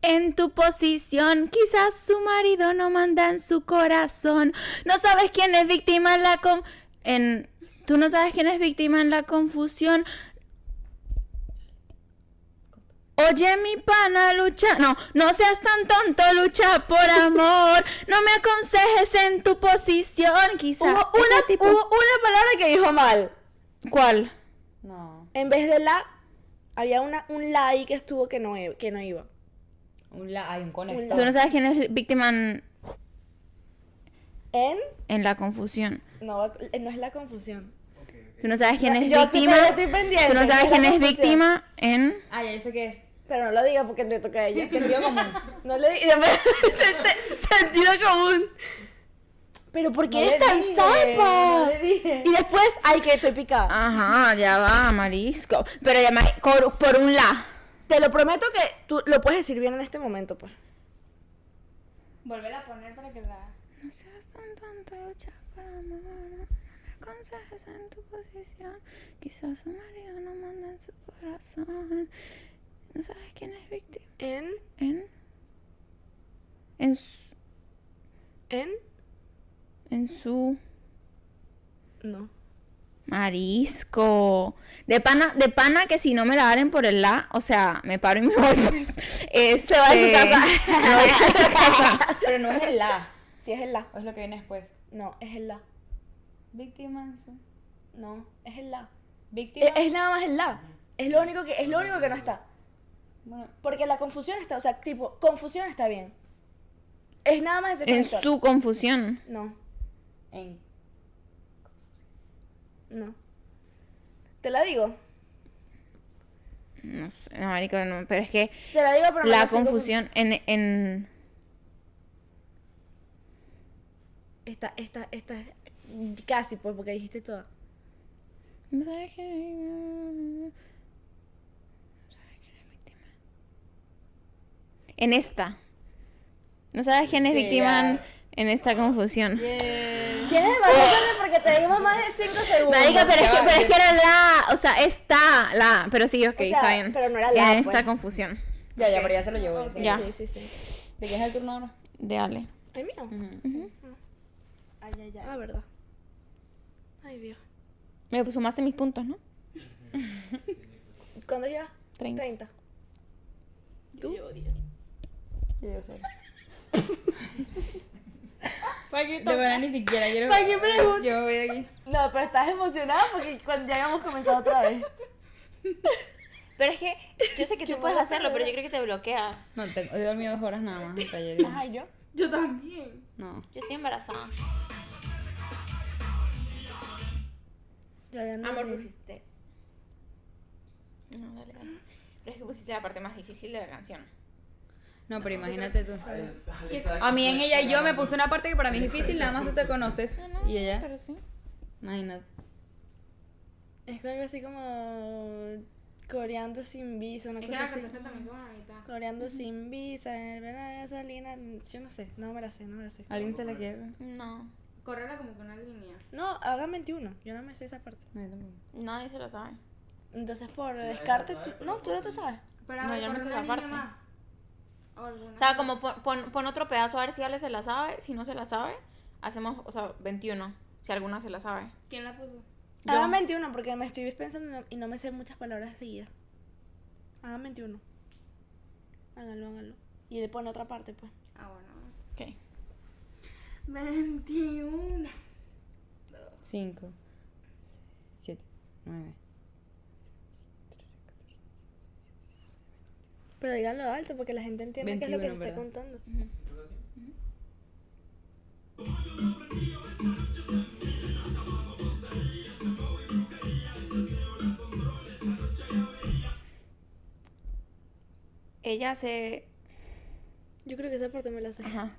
Speaker 2: En tu posición, quizás su marido no manda en su corazón. No sabes quién es víctima en la con... En... Tú no sabes quién es víctima en la confusión. Oye, mi pana, lucha. No, no seas tan tonto, lucha por amor. No me aconsejes en tu posición, quizás.
Speaker 1: Hubo una, hubo una palabra que dijo mal.
Speaker 2: ¿Cuál?
Speaker 9: No.
Speaker 1: En vez de la, había una, un la ahí que estuvo que no, e- que no iba.
Speaker 9: Un la, hay un
Speaker 2: Tú
Speaker 9: conector.
Speaker 2: no sabes quién es víctima en,
Speaker 1: En.
Speaker 2: en la confusión.
Speaker 1: No, va- no es la confusión.
Speaker 2: Tú no sabes quién
Speaker 1: No,
Speaker 2: es
Speaker 1: yo aquí
Speaker 2: víctima.
Speaker 1: todavía estoy pendiente,
Speaker 2: Tú no
Speaker 1: es
Speaker 2: sabes
Speaker 1: la
Speaker 2: quién es
Speaker 1: confusión.
Speaker 2: víctima en.
Speaker 9: Ah, ya yo sé qué es.
Speaker 1: Pero no lo diga porque le toca a ella.
Speaker 9: Sentido común.
Speaker 1: No le diga.
Speaker 2: Sentido común.
Speaker 1: Pero ¿por qué
Speaker 9: No
Speaker 1: eres
Speaker 9: le
Speaker 1: tan
Speaker 9: dije,
Speaker 1: zapa?
Speaker 9: no le dije. Ah.
Speaker 1: Y después, ay, que estoy picada.
Speaker 2: Ajá, ya va, marisco. Pero ya ma- cor- por un la.
Speaker 1: Te lo prometo que tú lo puedes decir bien en este momento, pues.
Speaker 7: Volver a poner para que la.
Speaker 2: No seas tan tonto, lucha por amor. No me aconsejes en tu posición. Quizás su marido no manda en su corazón. No sabes quién es víctima
Speaker 1: En,
Speaker 2: en. En su.
Speaker 1: en,
Speaker 2: En su
Speaker 1: no.
Speaker 2: Marisco. De pana, de pana que si no me la dan por el la, o sea, me paro y me voy. Pues. Este,
Speaker 1: va a su casa.
Speaker 2: me voy a su casa.
Speaker 9: Pero no es el la.
Speaker 1: Si es el la.
Speaker 9: O es lo que viene después.
Speaker 1: No, es el la.
Speaker 9: Víctima. sí.
Speaker 1: No, es el la.
Speaker 9: Víctima.
Speaker 1: Es, es nada más el la. Es lo único que, es lo único que no está.
Speaker 9: Bueno,
Speaker 1: Porque la confusión está, o sea, tipo, confusión está bien. Es nada más ese
Speaker 2: En
Speaker 1: conector.
Speaker 2: su confusión.
Speaker 1: No,
Speaker 9: en.
Speaker 1: no. Te la digo.
Speaker 2: No sé, no, marico, no, pero es que
Speaker 1: Te la digo, pero me
Speaker 2: la
Speaker 1: la sigo
Speaker 2: confusión en, en...
Speaker 1: con- Esta, esta, esta. Casi, pues, porque dijiste toda.
Speaker 2: No sabes quién es- no sabes quién es víctima. En esta. No sabes quién es víctima en, en esta confusión.
Speaker 9: Yeah.
Speaker 1: ¿Quieres demasiado porque te dimos más de 5 segundos?
Speaker 2: Marica, pero es, que,
Speaker 9: Ya va,
Speaker 2: pero es
Speaker 9: ya.
Speaker 2: que era la, o sea, está la, pero sí, ok,
Speaker 1: O sea,
Speaker 2: está bien.
Speaker 1: pero no era la,
Speaker 2: En esta
Speaker 1: pues.
Speaker 2: confusión.
Speaker 9: Ya, ya, pero ya se lo llevó.
Speaker 1: Ok,
Speaker 2: Ya.
Speaker 1: Sí, sí, sí.
Speaker 9: ¿De qué es el turno ahora?
Speaker 2: De Ale.
Speaker 1: Ay, mío.
Speaker 2: Ah.
Speaker 7: Ay, ay, ay.
Speaker 1: Ah, verdad. Ay, Dios.
Speaker 2: Me sumaste mis puntos, ¿no?
Speaker 1: ¿Cuándo llevas?
Speaker 2: Treinta.
Speaker 1: 30.
Speaker 7: Tú. Yo 10.
Speaker 9: Yo sé. De verdad ni siquiera quiero.
Speaker 1: ¿Para qué preguntas?
Speaker 9: Yo me voy de aquí.
Speaker 1: No, pero estás emocionada porque cuando ya habíamos comenzado otra vez.
Speaker 2: Pero es que yo sé que tú puedes hacerlo, pero yo creo que te bloqueas.
Speaker 9: No, tengo, he dormido dos horas nada más hasta ayer.
Speaker 1: Ajá, ¿y yo.
Speaker 7: Yo también.
Speaker 9: No.
Speaker 2: Yo estoy embarazada.
Speaker 1: Amor, pusiste.
Speaker 2: Mm. No, dale, dale. Pero es que pusiste la parte más difícil de la canción.
Speaker 9: No, pero imagínate tú.
Speaker 8: Alexa,
Speaker 9: A mí en ella y yo me puso una parte que para mí es difícil, nada más tú te conoces.
Speaker 1: Ah,
Speaker 9: Y ella,
Speaker 2: Pero sí.
Speaker 9: imagínate.
Speaker 1: Es algo así como. Coreando sin visa, una
Speaker 7: Es que
Speaker 1: cosa
Speaker 7: la
Speaker 1: así.
Speaker 7: cantaste también como a la mitad.
Speaker 1: Coreando sin visa, en el gasolina. Yo no sé, no me la sé, no me la sé.
Speaker 9: ¿Alguien se la quiere? ver?
Speaker 2: No,
Speaker 7: Correrla como con una línea.
Speaker 1: No, hagan 21. Yo no me sé esa parte.
Speaker 9: No, yo tampoco.
Speaker 2: nadie se lo sabe.
Speaker 1: Entonces, por
Speaker 8: ahí
Speaker 1: descarte.
Speaker 8: está,
Speaker 1: tú-
Speaker 8: pero
Speaker 1: No,
Speaker 8: no
Speaker 1: tú no
Speaker 8: sé.
Speaker 1: te sabes.
Speaker 7: Pero
Speaker 2: No,
Speaker 7: ahora
Speaker 2: yo no
Speaker 7: corre
Speaker 2: sé
Speaker 7: una
Speaker 2: la
Speaker 7: línea
Speaker 2: parte.
Speaker 7: más. O, alguna
Speaker 2: O sea, como
Speaker 7: más.
Speaker 2: pon, pon- pon otro pedazo a ver si Ale se la sabe. Si no se la sabe, hacemos, o sea, 21. Si alguna se la sabe.
Speaker 7: ¿Quién la puso?
Speaker 9: Yo.
Speaker 1: Hagan 21 porque me estoy pensando y no- y no me sé muchas palabras seguidas. Hagan 21. Háganlo, háganlo. Y le pone otra parte, pues.
Speaker 7: Ah, bueno.
Speaker 2: Ok.
Speaker 7: 21.
Speaker 9: Cinco, siete, nueve.
Speaker 1: Pero díganlo alto porque la gente entiende qué es lo que se
Speaker 9: 21,
Speaker 1: está
Speaker 9: ¿verdad?
Speaker 1: contando.
Speaker 2: Ella se.
Speaker 1: Yo creo que esa parte me la sé.
Speaker 2: Ajá.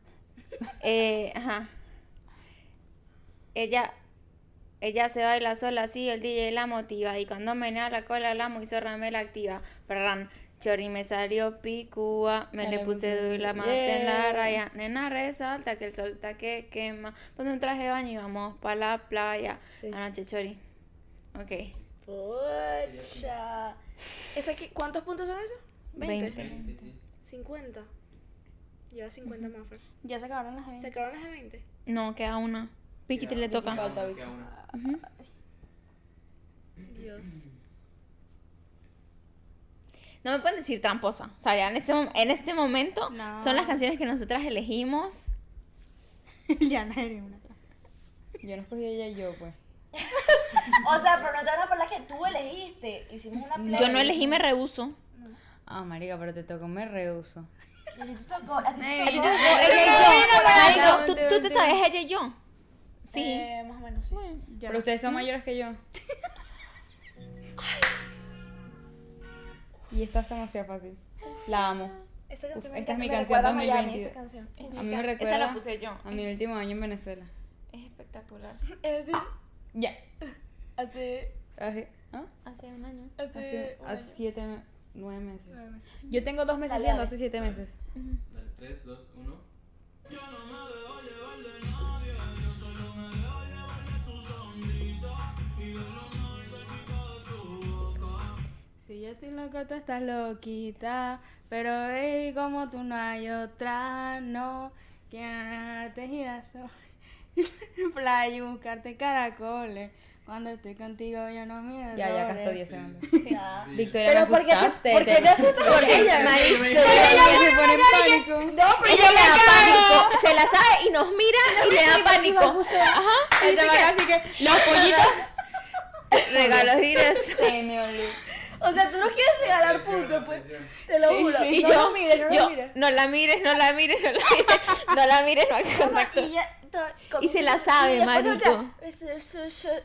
Speaker 2: Eh, ajá. Ella. Ella se baila sola, sí, el DJ la motiva. Y cuando menea la cola, la muy zorra me la activa. Parran. Chori me salió picúa, me le puse duro y la mate en la raya. Nena resalta que el sol está que quema. Ponte un traje de baño y vamos para la playa. Anoche, Chori. Ok.
Speaker 1: Pocha. ¿Esa qué- ¿Cuántos puntos son esos? 20.
Speaker 8: Sí, sí.
Speaker 1: 50. Lleva 50 más, Fer.
Speaker 2: Ya se acabaron las
Speaker 1: ¿Se acabaron las de 20?
Speaker 2: No, queda una. Piquiti le toca.
Speaker 8: Falta Vicky. Queda una.
Speaker 1: Dios.
Speaker 2: No me pueden decir tramposa. O sea, ya en este, mom- en este momento
Speaker 10: No.
Speaker 2: son las canciones que nosotras elegimos.
Speaker 10: Liana eres una.
Speaker 3: Yo no escogí ella y yo, pues.
Speaker 1: O sea, pero no te hablas por las que tú elegiste. Hicimos una play.
Speaker 2: Yo no elegí, me rehuso.
Speaker 3: Ah, marica, pero te tocó me rehuso.
Speaker 2: Marico, ¿tú, tú te sabes ella y yo. Sí.
Speaker 1: Eh, más o menos. sí.
Speaker 3: Pero ustedes son mayores que yo. y esta es demasiado fácil. La amo.
Speaker 1: Esta canción me
Speaker 3: esta es mi
Speaker 1: encanta, me
Speaker 3: canción
Speaker 1: recuerda a Miami,
Speaker 3: 2022.
Speaker 1: esta canción.
Speaker 3: A mí me recuerda
Speaker 2: la puse yo.
Speaker 3: a mi último año en Venezuela.
Speaker 2: Es espectacular.
Speaker 1: Es decir,
Speaker 3: Ya.
Speaker 1: hace,
Speaker 3: Hace, ¿ah?
Speaker 2: Hace un año.
Speaker 1: hace,
Speaker 3: Hace-
Speaker 1: un
Speaker 3: hace
Speaker 1: año.
Speaker 3: siete, me- nueve meses.
Speaker 1: Nueve meses.
Speaker 3: Yo tengo dos meses
Speaker 1: Dale,
Speaker 3: siendo
Speaker 1: dale.
Speaker 3: hace siete meses.
Speaker 8: Dale, 3, 2, 1.
Speaker 3: Si yo estoy loco, tú estás loquita. Pero baby, como tú no hay otra, no. Quiero darte girasol. Playa y buscarte caracoles. Cuando estoy contigo, yo no miro.
Speaker 7: Ya, ya
Speaker 3: gastó
Speaker 7: gastó
Speaker 3: 10
Speaker 7: 10
Speaker 3: segundos.
Speaker 7: Victoria,
Speaker 1: Pero
Speaker 7: me
Speaker 1: ¿por qué
Speaker 7: asustaste.
Speaker 1: te, ¿por qué te asustas con ella?
Speaker 3: se pone en pánico.
Speaker 2: No, pero ella le da pánico. Se la sabe y nos mira y le da pánico. Ajá.
Speaker 3: Él se va así que los pollitos.
Speaker 2: Regalos directos.
Speaker 3: Ay, me olvidé.
Speaker 1: O sea, tú no quieres regalar puntos, pues. Te lo juro.
Speaker 2: Y
Speaker 1: no
Speaker 2: yo,
Speaker 1: lo mires, no
Speaker 2: yo,
Speaker 1: lo mires.
Speaker 2: no la mires, no la mires, no la mires, no la mires, no hagas contacto.
Speaker 1: Y, ya, to-
Speaker 2: Y se la sabe,
Speaker 1: y después, pues, o sea,
Speaker 2: marico.
Speaker 1: es- es- es- es-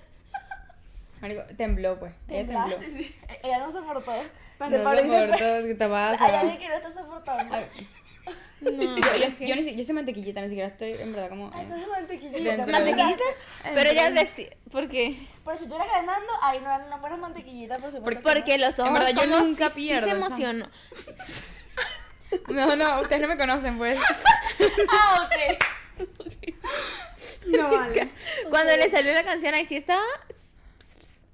Speaker 3: Marico, tembló pues. Ella tembló.
Speaker 1: temblaste, sí. Ella no soportó. se
Speaker 3: No
Speaker 1: paró y se
Speaker 3: soporto,
Speaker 1: fue.
Speaker 3: que te vas
Speaker 1: Hay
Speaker 3: a-
Speaker 1: alguien que no está soportando.
Speaker 2: No, es que-
Speaker 3: Yo, ni si- yo soy mantequillita, ni siquiera estoy en verdad como.
Speaker 1: Ay, tú
Speaker 3: eh,
Speaker 1: eres mantequillita.
Speaker 2: ¿Mantequillita? Pero ella decía, ¿por qué?
Speaker 1: Pero si tú eras ganando, ay, no, no fueras mantequillita, por supuesto. que
Speaker 2: Porque los ojos
Speaker 3: En verdad, yo
Speaker 2: como
Speaker 3: nunca
Speaker 2: sí- sí
Speaker 3: pierdo,
Speaker 2: se
Speaker 3: chamo.
Speaker 2: emocionó.
Speaker 3: No, no, ustedes no me conocen pues.
Speaker 1: no. Ah, ok.
Speaker 3: No vale.
Speaker 2: Cuando le salió la canción, ahí sí estaba.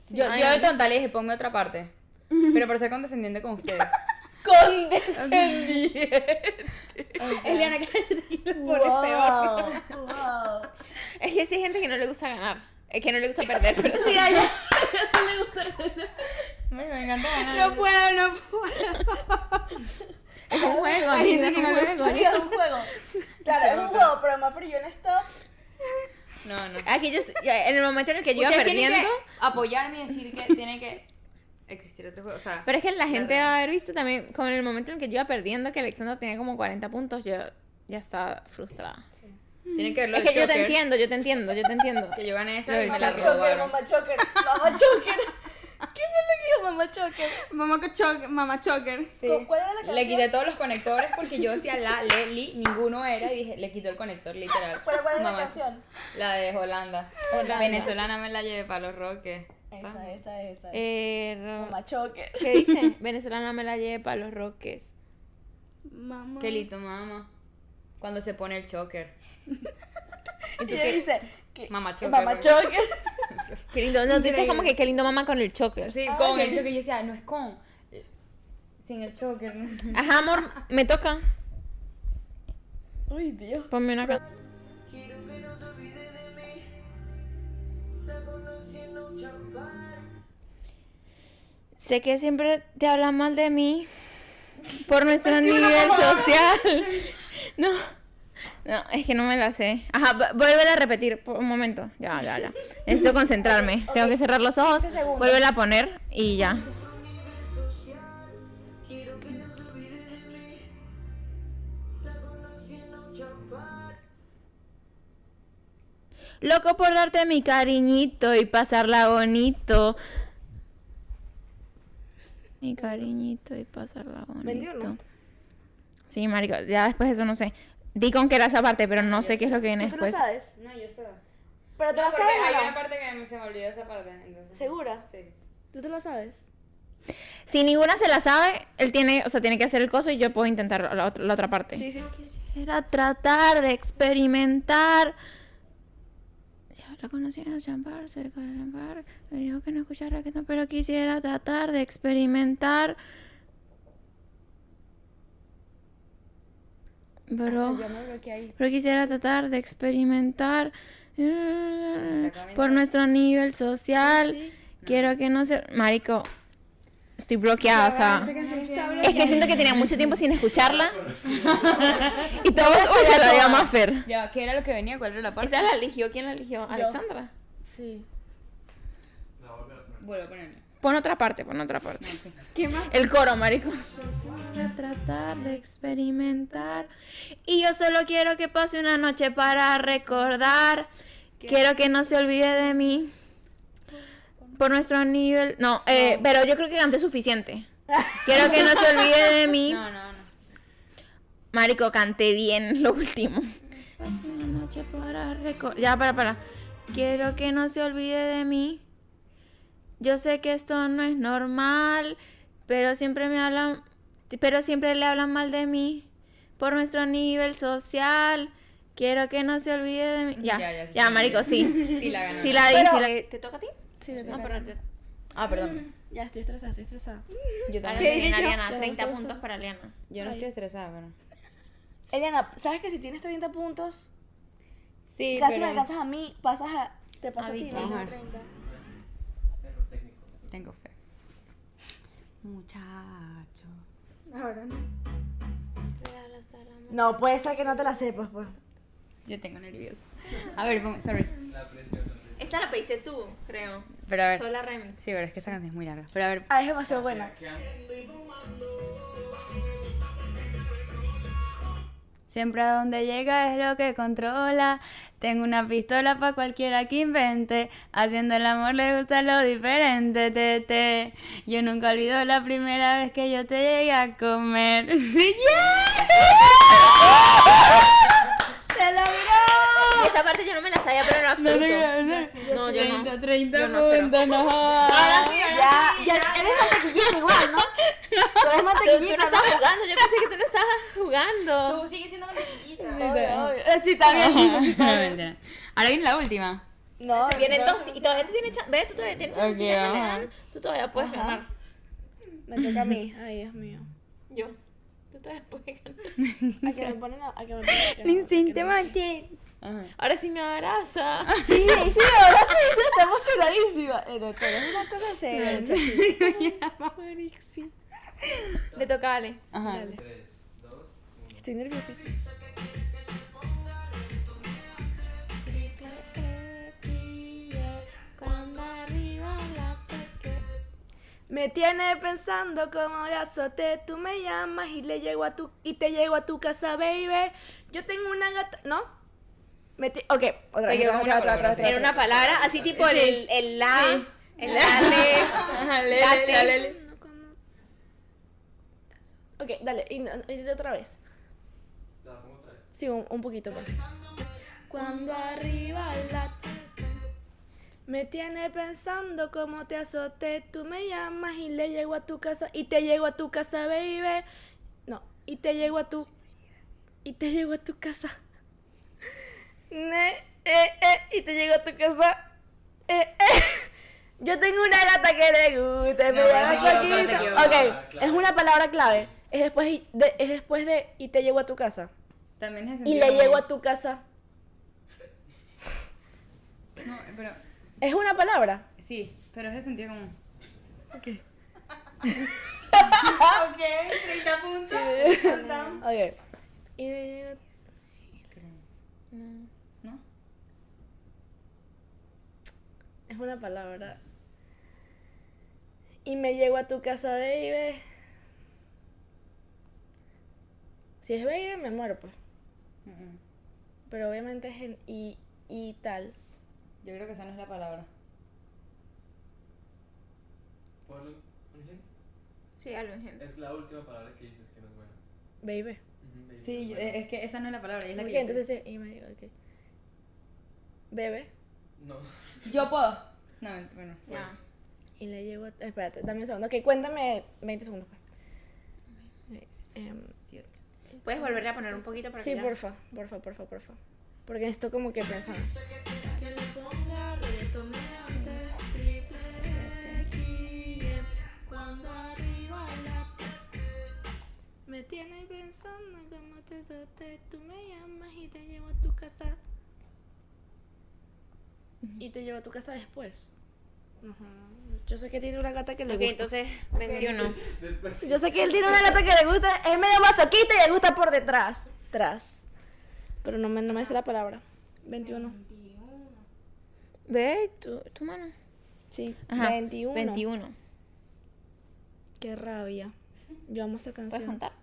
Speaker 3: Yo, yo de tonta le dije, ponme otra parte. Pero por ser condescendiente con ustedes.
Speaker 2: Eliana, que
Speaker 1: Wow. Wow.
Speaker 2: Es que sí hay gente que no le gusta ganar. Es que no le gusta perder, pero sí.
Speaker 3: Ay, me encanta ganar.
Speaker 2: No puedo, no puedo. Es un juego, amiga, es un juego. ¿eh?
Speaker 1: Porque es un juego. Claro, es un juego, pero más frío en esto.
Speaker 3: No, no.
Speaker 2: Aquí yo, en el momento en el que yo iba
Speaker 7: Ustedes tienen
Speaker 2: perdiendo.
Speaker 7: que apoyarme y decir que tiene que existir otro juego. O sea,
Speaker 2: Pero es que la gente va a haber visto también, como en el momento en el que yo iba perdiendo, que Alexandra tenía como 40 puntos, yo ya estaba frustrada.
Speaker 3: Tienen que verlo.
Speaker 2: Es que yo te entiendo, yo te entiendo, yo te entiendo.
Speaker 3: Que yo gané esa y me la
Speaker 1: Mamá choker,
Speaker 3: robaron.
Speaker 1: mamá choker, mamá choker. ¿Qué fue lo que dijo mamá choker?
Speaker 7: Mamá choker, mamá choker.
Speaker 1: ¿Con cuál era la canción?
Speaker 3: Le quité todos los conectores porque yo decía la, le, li, ninguno era y dije, le quito el conector literal.
Speaker 1: ¿Pero cuál es la
Speaker 3: Mamá,
Speaker 1: canción?
Speaker 3: La de Holanda. Venezolana me la llevé para los roques.
Speaker 1: Esa, esa, esa.
Speaker 2: Eh, ro-
Speaker 1: Mamá choker.
Speaker 2: ¿Qué dice? Venezolana me la lleve para los roques.
Speaker 7: Mamá.
Speaker 3: Qué lindo, mamá. Cuando se pone el choker.
Speaker 1: Y ella dice que
Speaker 3: Mamá choker.
Speaker 1: mamá
Speaker 3: porque-
Speaker 1: choker.
Speaker 2: Qué lindo, no, tú dices como que qué lindo mamá con el choker.
Speaker 3: Sí, con el choker. Yo decía, no es con. Sin el choker.
Speaker 2: Ajá, amor, me toca.
Speaker 1: Uy, Dios.
Speaker 2: Ponme una canción.
Speaker 11: Quiero que no se olvide de mí. La conocí en un champán.
Speaker 2: Sé que siempre te habla mal de mí por nuestro nivel social. No, no, es que no me la sé. Ajá, vu- vuélvela a repetir por un momento. Ya, ya, ya. Necesito concentrarme. Tengo que cerrar los ojos,
Speaker 1: 15 segundos.
Speaker 2: vuélvela a poner y ya.
Speaker 11: Quiero que no se olvide de mí. La conocí en un champán.
Speaker 2: Loco por darte mi cariñito y pasarla bonito. Mi cariñito y pasarla bonito.
Speaker 1: 21.
Speaker 2: Sí, marico, ya después eso no sé. Di con que era esa parte, pero no sé qué es lo que viene
Speaker 1: ¿Tú lo
Speaker 2: después.
Speaker 1: sabes?
Speaker 3: No, yo sé.
Speaker 1: ¿Pero te
Speaker 3: No,
Speaker 1: la
Speaker 3: porque
Speaker 1: sabes
Speaker 3: hay
Speaker 1: o
Speaker 3: una
Speaker 1: no?
Speaker 3: parte que me- se me olvidó esa parte. Entonces...
Speaker 1: ¿Segura?
Speaker 3: Sí.
Speaker 1: ¿Tú te la sabes?
Speaker 2: Si ninguna se la sabe, él tiene, o sea, tiene que hacer el coso y yo puedo intentar la, otra- la otra parte.
Speaker 1: Sí, sí.
Speaker 2: Era tratar de experimentar. Ya la conocía, champar, se champar. Me dijo que no escuchara que no, pero quisiera tratar de experimentar. Bro.
Speaker 9: Yo me bloqueé ahí.
Speaker 2: Pero quisiera tratar de experimentar eh, por nuestro nivel social. Quiero que no se... Marico, estoy bloqueada, o sea... Es que siento que tenía mucho tiempo sin escucharla. y todos... Uy, se la dio a Maffer.
Speaker 3: Ya, ¿qué era lo que venía? ¿Cuál era la parte?
Speaker 2: ¿Esa la eligió? ¿Quién la eligió? ¿Alexandra?
Speaker 9: Sí.
Speaker 3: Vuelvo a ponerle.
Speaker 2: Pon otra parte, pon otra parte. El coro, marico. tratar de experimentar. Y yo solo quiero que pase una noche para recordar. Quiero que no se olvide de mí. Por nuestro nivel. No, eh, pero yo creo que canté suficiente. Quiero que no se olvide de mí.
Speaker 3: No, no, no.
Speaker 2: Marico, canté bien lo último. Pase una noche para recordar. Ya, para, para. Quiero que no se olvide de mí. Yo sé que esto no es normal, pero siempre me hablan, pero siempre le hablan mal de mí por nuestro nivel social. Quiero que no se olvide de mí. Ya, ya,
Speaker 3: Ya, ya, sí, sí,
Speaker 2: marico, sí.
Speaker 3: Sí, la ganó.
Speaker 2: Sí la di, sí la
Speaker 3: ¿Te toca a ti?
Speaker 1: Sí, le toca.
Speaker 3: Ah, perdón.
Speaker 1: Ya, estoy estresada, estoy estresada.
Speaker 3: Yo
Speaker 2: Ahora
Speaker 3: también.
Speaker 2: viene
Speaker 1: yo?
Speaker 2: Ariana,
Speaker 1: Ya,
Speaker 2: 30
Speaker 1: justo,
Speaker 2: puntos
Speaker 1: justo.
Speaker 2: para Ariana.
Speaker 3: Yo no estoy estresada, pero.
Speaker 1: Eliana, ¿sabes que si tienes 30 puntos,
Speaker 3: Sí,
Speaker 1: casi me alcanzas a mí, pasas a... Te pasas a ti.
Speaker 2: Vicky.
Speaker 1: ¿no?
Speaker 3: Ajá.
Speaker 8: Error técnico.
Speaker 3: Tengo fe. Muchacho.
Speaker 1: No, puede ser que no te la sepas, pues.
Speaker 3: Yo tengo nervios. A ver, pon- sorry.
Speaker 8: La presión. la presión.
Speaker 2: Esta la pediste tú, creo.
Speaker 3: Pero a ver.
Speaker 2: remix.
Speaker 3: Sí, pero es que esa canción es muy larga. Pero a ver.
Speaker 1: Ah, es demasiado buena.
Speaker 8: ¿Qué han-
Speaker 3: Siempre a donde llega es lo que controla. Tengo una pistola para cualquiera que invente. Haciendo el amor le gusta lo diferente, tete. Yo nunca olvido la primera vez que yo te llegué a comer. ¡Sí, yeah! ¡Se logró!
Speaker 2: Esa parte yo no me la sabía, pero en
Speaker 3: No,
Speaker 2: absoluto.
Speaker 3: no, no.
Speaker 2: No, yo no.
Speaker 3: 30, 30
Speaker 2: Yo no, cero.
Speaker 3: puntos, no.
Speaker 2: Ahora sí, ahora
Speaker 1: Ya,
Speaker 2: sí,
Speaker 1: ya, eres mantequillita igual, ¿no? Tú eres
Speaker 2: Tú, tú
Speaker 1: mantequillita,
Speaker 2: no estás jugando, yo pensé que tú no estabas jugando.
Speaker 7: Tú sigues siendo mantequillita.
Speaker 1: Sí, está bien.
Speaker 3: No, mentira. Ahora viene la última.
Speaker 1: No,
Speaker 2: Vienen dos y todavía tú tienes chance. Ve, tú todavía tienes chance. si
Speaker 3: Ok,
Speaker 2: ganas, le
Speaker 3: ajá.
Speaker 2: dan, tú todavía puedes ganar.
Speaker 1: me toca a mí. Ay, Dios mío.
Speaker 2: Yo. Tú todavía puedes ganar.
Speaker 1: A que me ponen a, a que me ponen a que no- a que no-
Speaker 2: Ahora sí me abraza.
Speaker 1: Sí, sí, ahora sí, está emocionadísima. Eh, no, Pero es una cosa seria, muchachos.
Speaker 2: Le toca a Ale.
Speaker 3: Ajá.
Speaker 8: Tres, dos, uno.
Speaker 1: Estoy nerviosísima. Me tiene pensando como le azoté, tú me llamas y le llego a tu y te llego a tu casa, baby. Yo tengo una gata, ¿no? Me ti- ok, otra vez, otra, vez, otra, vez, otra, vez, otra, vez.
Speaker 2: Era una palabra así tipo el, el, el la, el ale, la tes.
Speaker 1: No como- Ok, dale, in- intenta otra vez.
Speaker 8: La pongo otra vez.
Speaker 1: Sí, un, un poquito más. Cuando arriba la... Me tiene pensando como te azoté, tú me llamas y le llego a tu casa, y te llego a tu casa, baby. No, y te llego a tu... Y te llego a tu casa. Ne- eh, eh, y te llego a tu casa. Eh, eh. Yo tengo una gata que le gusta, me
Speaker 3: No,
Speaker 1: llama
Speaker 3: pero se
Speaker 1: Coquito.
Speaker 3: equivocó,
Speaker 8: se equivocó.
Speaker 1: Ok, es una palabra clave. Es después, y- de- es después de y te llego a tu casa.
Speaker 3: También es
Speaker 1: Y
Speaker 3: sentido
Speaker 1: le
Speaker 3: común.
Speaker 1: llego a tu casa.
Speaker 3: No, pero.
Speaker 1: Es una palabra.
Speaker 3: Sí, pero es de sentido común.
Speaker 1: Ok. Y le llego-
Speaker 3: ¿No?
Speaker 1: Es una palabra. Y me llego a tu casa, baby. Si es baby, me muero, pues.
Speaker 3: Mm, mm.
Speaker 1: Pero obviamente es en y, y tal.
Speaker 3: Yo creo que esa no es la palabra.
Speaker 8: Ponle un hint.
Speaker 2: Sí, algo gente.
Speaker 8: Es la última palabra que dices que no es buena.
Speaker 1: Baby.
Speaker 8: Ujú, baby,
Speaker 3: Sí,
Speaker 8: no
Speaker 3: yo- eh,
Speaker 8: es buena.
Speaker 3: es que esa no es la palabra. y es la
Speaker 1: Ok,
Speaker 3: que yo-
Speaker 1: entonces es y me llego, ok. Bebé.
Speaker 8: No,
Speaker 3: Yo puedo. No, ment- bueno.
Speaker 2: Ya.
Speaker 8: pues.
Speaker 1: Y le llego. a- Espérate, dame un segundo. Ok, cuéntame 20 segundos. pues. Em,
Speaker 2: Puedes volverle a poner un poquito para
Speaker 1: sí,
Speaker 2: que la-
Speaker 1: porfa, porfa, porfa, porfa. Porque esto como que pensar.
Speaker 7: Me tienes pensando como te solté, tú me llamas y te llevo a tu casa.
Speaker 1: Y te llevo a tu casa después. Ajá. Yo sé que tiene una gata que le
Speaker 2: Ok,
Speaker 1: gusta.
Speaker 2: entonces 21.
Speaker 8: Pues, Después.
Speaker 1: Yo sé que él tiene una gata que le gusta. Es medio masoquita y le gusta por detrás. Tras. Pero no me, no me sé la palabra. 21.
Speaker 2: Ve tu, tu mano.
Speaker 1: Sí.
Speaker 2: Ajá.
Speaker 1: 21.
Speaker 2: 21.
Speaker 1: Qué rabia. Yo amo esta
Speaker 2: ¿Puedes
Speaker 1: canción.
Speaker 2: contar?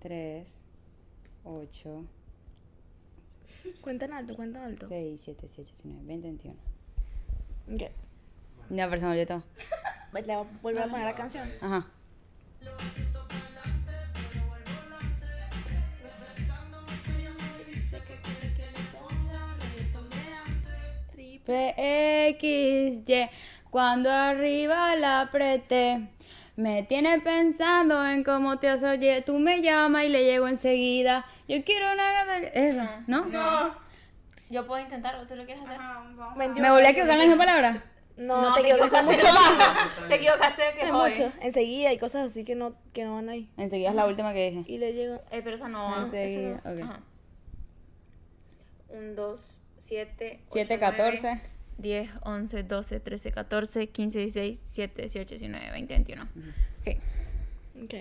Speaker 3: 3, 8,
Speaker 1: Cuenta en alto, cuenta en alto.
Speaker 3: 6, 7, 7, 8, 9, 20, 21.
Speaker 1: Ok.
Speaker 3: No, pero se me olvidó todo.
Speaker 1: Le voy a volver a poner la canción.
Speaker 3: Ajá. Triple X, Y, cuando arriba la apreté. Me tiene pensando en cómo te oye. Tú me llamas y le llego enseguida. Yo quiero una gata. Eso, ¿no? No.
Speaker 2: Yo puedo intentar o tú lo quieres hacer.
Speaker 3: ¿Me volví a equivocar en la misma palabra?
Speaker 1: No, te, equivocaste
Speaker 2: equivocaste
Speaker 1: mucho más.
Speaker 2: Te equivocaste que
Speaker 1: Es
Speaker 2: joven.
Speaker 1: mucho. Enseguida y cosas así que no, que no van ahí.
Speaker 3: Enseguida es la última que dije.
Speaker 1: Y le llega.
Speaker 2: Eh, pero esa no. va.
Speaker 3: Enseguida, ok.
Speaker 2: Ajá. 1, 2, 7,
Speaker 3: 7, 14.
Speaker 2: 10, 11, 12, 13, 14, 15, 16, 17, 18, 19, 20, 21. Ok.
Speaker 1: Ok.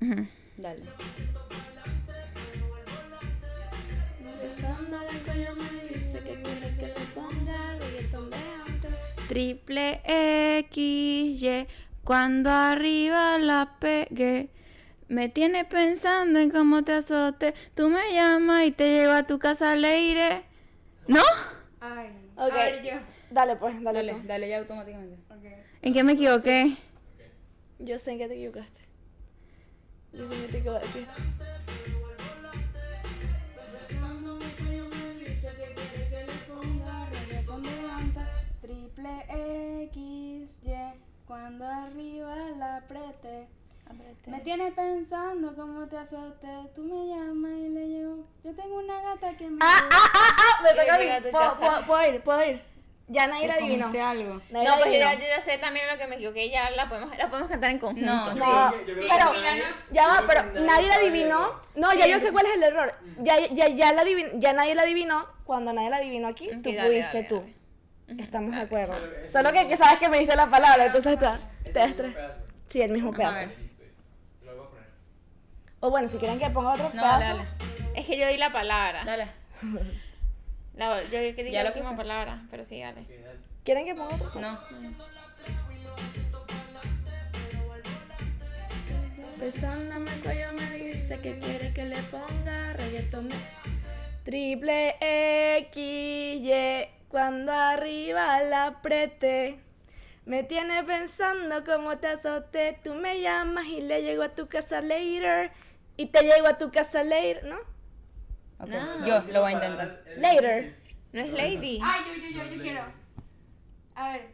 Speaker 2: Ujú.
Speaker 3: Dale.
Speaker 2: Triple X, Y, cuando arriba la pegué. Me tiene pensando en cómo te azote. Tú me llamas y te llevo a tu casa le iré. ¿No?
Speaker 7: Ay.
Speaker 1: Ok. Dale, pues, dale,
Speaker 3: Dale,
Speaker 1: tú.
Speaker 3: dale ya automáticamente.
Speaker 2: ¿En qué me equivoqué?
Speaker 1: Yo sé en qué te equivocaste. Yo sé en qué te equivocaste.
Speaker 9: Triple X, Y, cuando arriba la apreté. Me tienes pensando cómo te azoté, tú me llamas y le llego. Yo tengo una gata que me...
Speaker 1: ¡Ah! Me toca a
Speaker 2: llegué a tu
Speaker 1: mí. ¿Puedo,
Speaker 2: casa.
Speaker 1: puedo- puedo ir, puedo ir. Ya nadie la adivinó.
Speaker 3: ¿Comiste algo?
Speaker 1: Nadie
Speaker 2: no,
Speaker 1: la
Speaker 2: pues yo ya,
Speaker 1: adivinó.
Speaker 2: yo ya sé también lo que me equivoqué. Ya la podemos, la podemos cantar en conjunto.
Speaker 3: No, sí.
Speaker 1: No,
Speaker 8: Yo creo que
Speaker 1: pero
Speaker 8: nadie-
Speaker 1: ya va,
Speaker 8: yo creo que
Speaker 1: pero
Speaker 8: nadie
Speaker 1: nadie la
Speaker 8: sabe
Speaker 1: adivinó.
Speaker 8: eso. Mm.
Speaker 1: No, ya yo sé cuál es el error. Ya, ya, ya, la adivin- ya nadie la adivinó. Cuando nadie la adivinó aquí,
Speaker 2: Ok,
Speaker 1: tú
Speaker 2: dale,
Speaker 1: pudiste
Speaker 2: dale,
Speaker 1: tú.
Speaker 2: dale.
Speaker 1: Estamos de acuerdo.
Speaker 8: Dale, dale.
Speaker 1: Solo que, que sabes que me diste la palabra, entonces está,
Speaker 8: Es
Speaker 1: te
Speaker 8: el mismo
Speaker 1: destra-
Speaker 8: pedazo.
Speaker 1: Sí, el mismo pedazo.
Speaker 8: Ahí, listo, listo. Lo voy a poner.
Speaker 1: O bueno, si quieren que ponga otro
Speaker 3: No,
Speaker 1: pedazo.
Speaker 3: dale,
Speaker 2: Es que yo di la palabra.
Speaker 3: dale.
Speaker 2: La- yo que di
Speaker 3: Ya
Speaker 2: la
Speaker 3: lo
Speaker 2: última
Speaker 3: puse.
Speaker 2: palabra, pero sí, dale.
Speaker 8: Ok, dale.
Speaker 1: ¿Quieren que ponga otro?
Speaker 3: No.
Speaker 1: Besándome el cuello me dice que quiere que le ponga reggaetón de- Triple X, Y, cuando arriba la apreté Me tiene pensando como te azoté Tú me llamas y le llego a tu casa later Y te llego a tu casa later, ¿no?
Speaker 3: Ok,
Speaker 2: No.
Speaker 3: Yo lo voy a intentar.
Speaker 8: Es
Speaker 1: Later.
Speaker 8: difícil.
Speaker 2: No es Lady.
Speaker 7: Ay, yo, yo, yo, yo quiero. A ver.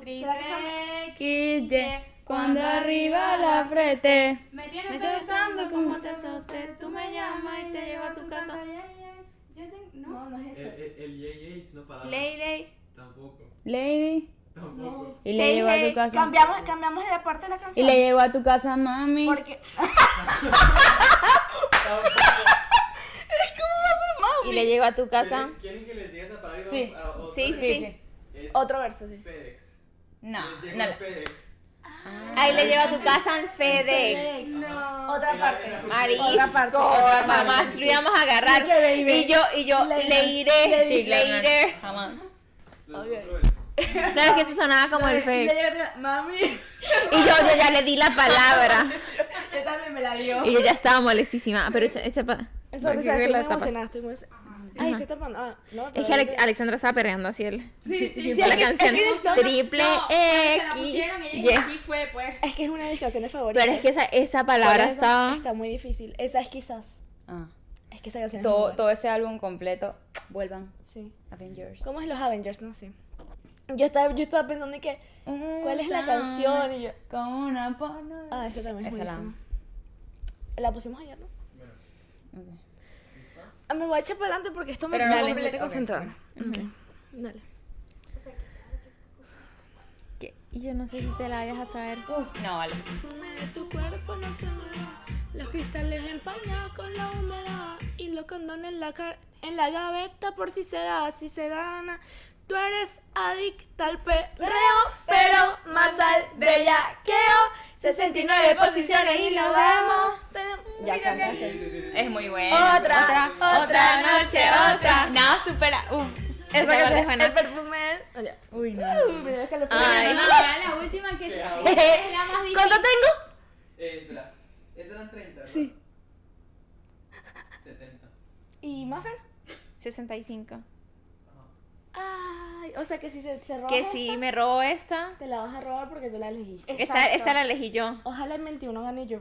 Speaker 7: Triple X.
Speaker 3: XY, cuando arriba la apreté.
Speaker 7: Me tienes pensando como te azoté, tú me llamas y te llevo a tu casa. Yo tengo... No, no es
Speaker 8: El, el, el yay es una palabra.
Speaker 2: Lady.
Speaker 8: Tampoco.
Speaker 3: Lady.
Speaker 8: Tampoco.
Speaker 3: Y le llevo a tu casa.
Speaker 1: Cambiamos, cambiamos la parte de la
Speaker 3: Y
Speaker 1: canción
Speaker 3: le llevo a tu casa, mami.
Speaker 1: Porque...
Speaker 2: Y le llego a tu casa.
Speaker 8: ¿Quieren- ¿Quieren que les diga esa palabra? y
Speaker 3: Sí.
Speaker 8: vamos a otra?
Speaker 2: Sí, sí, sí.
Speaker 8: Es
Speaker 1: Otro verso, sí
Speaker 8: FedEx.
Speaker 3: No,
Speaker 8: Les llega
Speaker 3: no.
Speaker 8: el Pues FedEx.
Speaker 2: Ahí le llego a tu casa en FedEx.
Speaker 1: Otra
Speaker 8: Era-
Speaker 1: parte
Speaker 8: era-
Speaker 1: Otra parte,
Speaker 2: Marisco,
Speaker 1: otra
Speaker 2: jamás lo íbamos a agarrar.
Speaker 1: Leche, baby.
Speaker 2: Y yo, y yo,
Speaker 1: Later.
Speaker 2: le iré,
Speaker 3: Sí, claro, no,
Speaker 2: later.
Speaker 3: Jamás.
Speaker 8: Los otro verso.
Speaker 2: Claro que eso sonaba como el
Speaker 1: Le
Speaker 2: FedEx.
Speaker 1: llega- Mami
Speaker 2: Y yo, yo ya le di la palabra.
Speaker 1: Yo también me la dio.
Speaker 2: Y yo ya estaba molestísima. Pero echa, echa pa-
Speaker 1: Es
Speaker 2: ¿por qué
Speaker 1: estoy muy
Speaker 2: la tapas?
Speaker 1: emocionada, estoy muy Ay, estoy tapando. Ah, no,
Speaker 2: Es
Speaker 1: pero-
Speaker 2: que Ale- Alexandra estaba perreando así el,
Speaker 1: sí,
Speaker 2: la
Speaker 1: es que-
Speaker 2: canción.
Speaker 1: Es que, es,
Speaker 2: Triple X. Y.
Speaker 7: fue, pues.
Speaker 1: es que es una de mis canciones favoritas.
Speaker 2: Pero es que esa, esa
Speaker 1: Por
Speaker 2: palabra
Speaker 1: eso
Speaker 2: estaba.
Speaker 1: Está muy difícil. Esa es quizás.
Speaker 3: Ah.
Speaker 1: Es que esa canción es muy
Speaker 3: Todo,
Speaker 1: buena.
Speaker 3: todo ese álbum completo. Vuelvan.
Speaker 1: Sí.
Speaker 3: Avengers.
Speaker 1: ¿Cómo es los Avengers? No, sí. Yo estaba, yo estaba pensando y que, ¿cuál es la canción? Y yo,
Speaker 3: Como una porno.
Speaker 1: ah, esa también es
Speaker 2: Esa la
Speaker 1: buenísima. La... pusimos ayer, ¿no? Ah, me voy a echar para adelante porque esto me
Speaker 2: Pero dale,
Speaker 1: me
Speaker 2: ok.
Speaker 1: concentrarme. Ok.
Speaker 2: Mm.
Speaker 1: Dale.
Speaker 2: Que- y yo no sé si te la vayas a saber. no, vale.
Speaker 1: Fume de tu cuerpo no se mueva. Los cristales empañados con la humedad. Y los condones en la, ca- en la gaveta por si se da, si se gana. Tú eres adicta al perreo, pero más al bellaqueo. 69 posiciones y nos vemos. Ya cantaste.
Speaker 3: Es muy buena.
Speaker 1: Ah. Otra, otra, noche, otra.
Speaker 3: Nada supera. Uf.
Speaker 1: Esa
Speaker 2: parte
Speaker 1: que
Speaker 2: es buena.
Speaker 1: El perfume es- Oye.
Speaker 3: Uy, no.
Speaker 1: Uh, mira, es que lo fui-
Speaker 2: Ay,
Speaker 7: la última que
Speaker 8: ¿Qué hago?
Speaker 7: es la más difícil.
Speaker 1: ¿Cuánto tengo?
Speaker 8: Eh, espera. Esas eran 30, ¿verdad? Sí. 70.
Speaker 1: ¿Y Maffer?
Speaker 2: 65.
Speaker 1: Ay, o sea que si se, se roba.
Speaker 2: Que si me robo esta,
Speaker 1: Te la vas a robar porque tú la elegiste.
Speaker 2: esta, esta la elegí yo.
Speaker 1: Ojalá el 21 gane yo.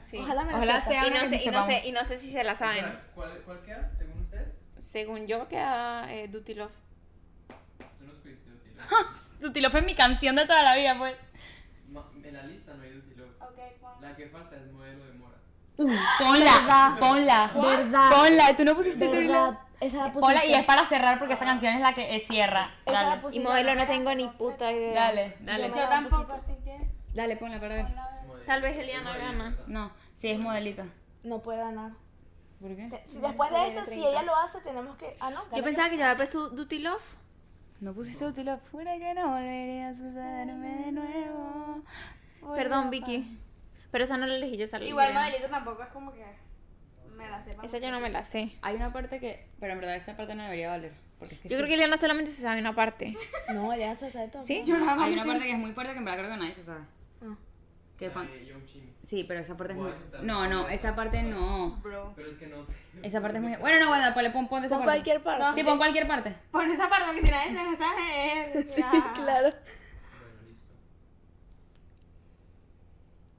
Speaker 2: Sí.
Speaker 1: Ojalá me la
Speaker 3: Ojalá
Speaker 1: sepa.
Speaker 3: sea
Speaker 2: y no,
Speaker 3: una que
Speaker 2: sé,
Speaker 3: nos
Speaker 2: y, no sé,
Speaker 3: sepamos.
Speaker 2: y no sé si se la saben.
Speaker 8: Espera, ¿Cuál, ¿Cuál queda, según ustedes?
Speaker 2: Según yo queda eh, Duty Love.
Speaker 8: Tú no escribiste Duty Love.
Speaker 3: Tutilo fue mi canción de toda la vida, pues.
Speaker 8: Ma- En la lista no hay Duty Love.
Speaker 7: Ok, pon.
Speaker 8: La que falta es modelo de mora.
Speaker 3: Ponla, ponla.
Speaker 1: ¿Verdad?
Speaker 3: Ponla, tú no pusiste tu
Speaker 1: ¿Verdad? Esa la pusiste.
Speaker 3: Ponla y es para cerrar porque esa canción es la que eh, cierra.
Speaker 1: Esa la
Speaker 3: Dale.
Speaker 1: pusiste.
Speaker 2: Y modelo no tengo ni puta idea.
Speaker 3: Dale,
Speaker 1: me
Speaker 3: dale.
Speaker 7: Yo
Speaker 1: da un
Speaker 7: tampoco,
Speaker 1: poquito.
Speaker 7: así que.
Speaker 3: Dale, ponla para ver.
Speaker 8: Modelo.
Speaker 2: Tal vez Eliana
Speaker 8: Es modelista,
Speaker 2: gana.
Speaker 8: ¿verdad?
Speaker 3: No, sí, es modelito.
Speaker 1: No puede ganar.
Speaker 3: ¿Por qué?
Speaker 1: Si después de esto, si ella lo hace, tenemos que. Ah, no. gana
Speaker 2: Yo pensaba que ya había puesto Duty Love.
Speaker 3: No pusiste Tutilo. Jura que no volvería a sucederme de nuevo. Volver
Speaker 2: Perdón,
Speaker 3: a-
Speaker 2: Vicky. Pero esa no la elegí yo, esa la
Speaker 7: Igual
Speaker 2: elegí Eliana.
Speaker 7: Madelito tampoco es como que me la sepa.
Speaker 2: Esa yo no me la sé.
Speaker 3: Hay una parte que. Pero en verdad, esa parte no debería valer. Porque es que
Speaker 2: Yo creo que Eliana solamente se sabe una parte.
Speaker 1: ella. No, ella se sabe todo.
Speaker 2: ¿Sí?
Speaker 3: Hay una parte que es muy fuerte que en verdad creo que nadie se sabe.
Speaker 1: Ah.
Speaker 3: Que
Speaker 8: La
Speaker 3: cuan-
Speaker 8: de Young Chimmy.
Speaker 3: Sí, pero esa parte es
Speaker 8: Voy
Speaker 3: muy.
Speaker 8: a intentar
Speaker 3: No, no, esa parte no.
Speaker 7: Bro.
Speaker 8: Pero es que no sé.
Speaker 3: Esa parte es muy. Bueno, no, bueno, ponle, pon, pon de esa
Speaker 1: Con
Speaker 3: parte.
Speaker 1: cualquier parte.
Speaker 3: Sí, pon cualquier parte.
Speaker 7: Por esa parte, porque si nadie se la sabe, es.
Speaker 1: Sí, claro.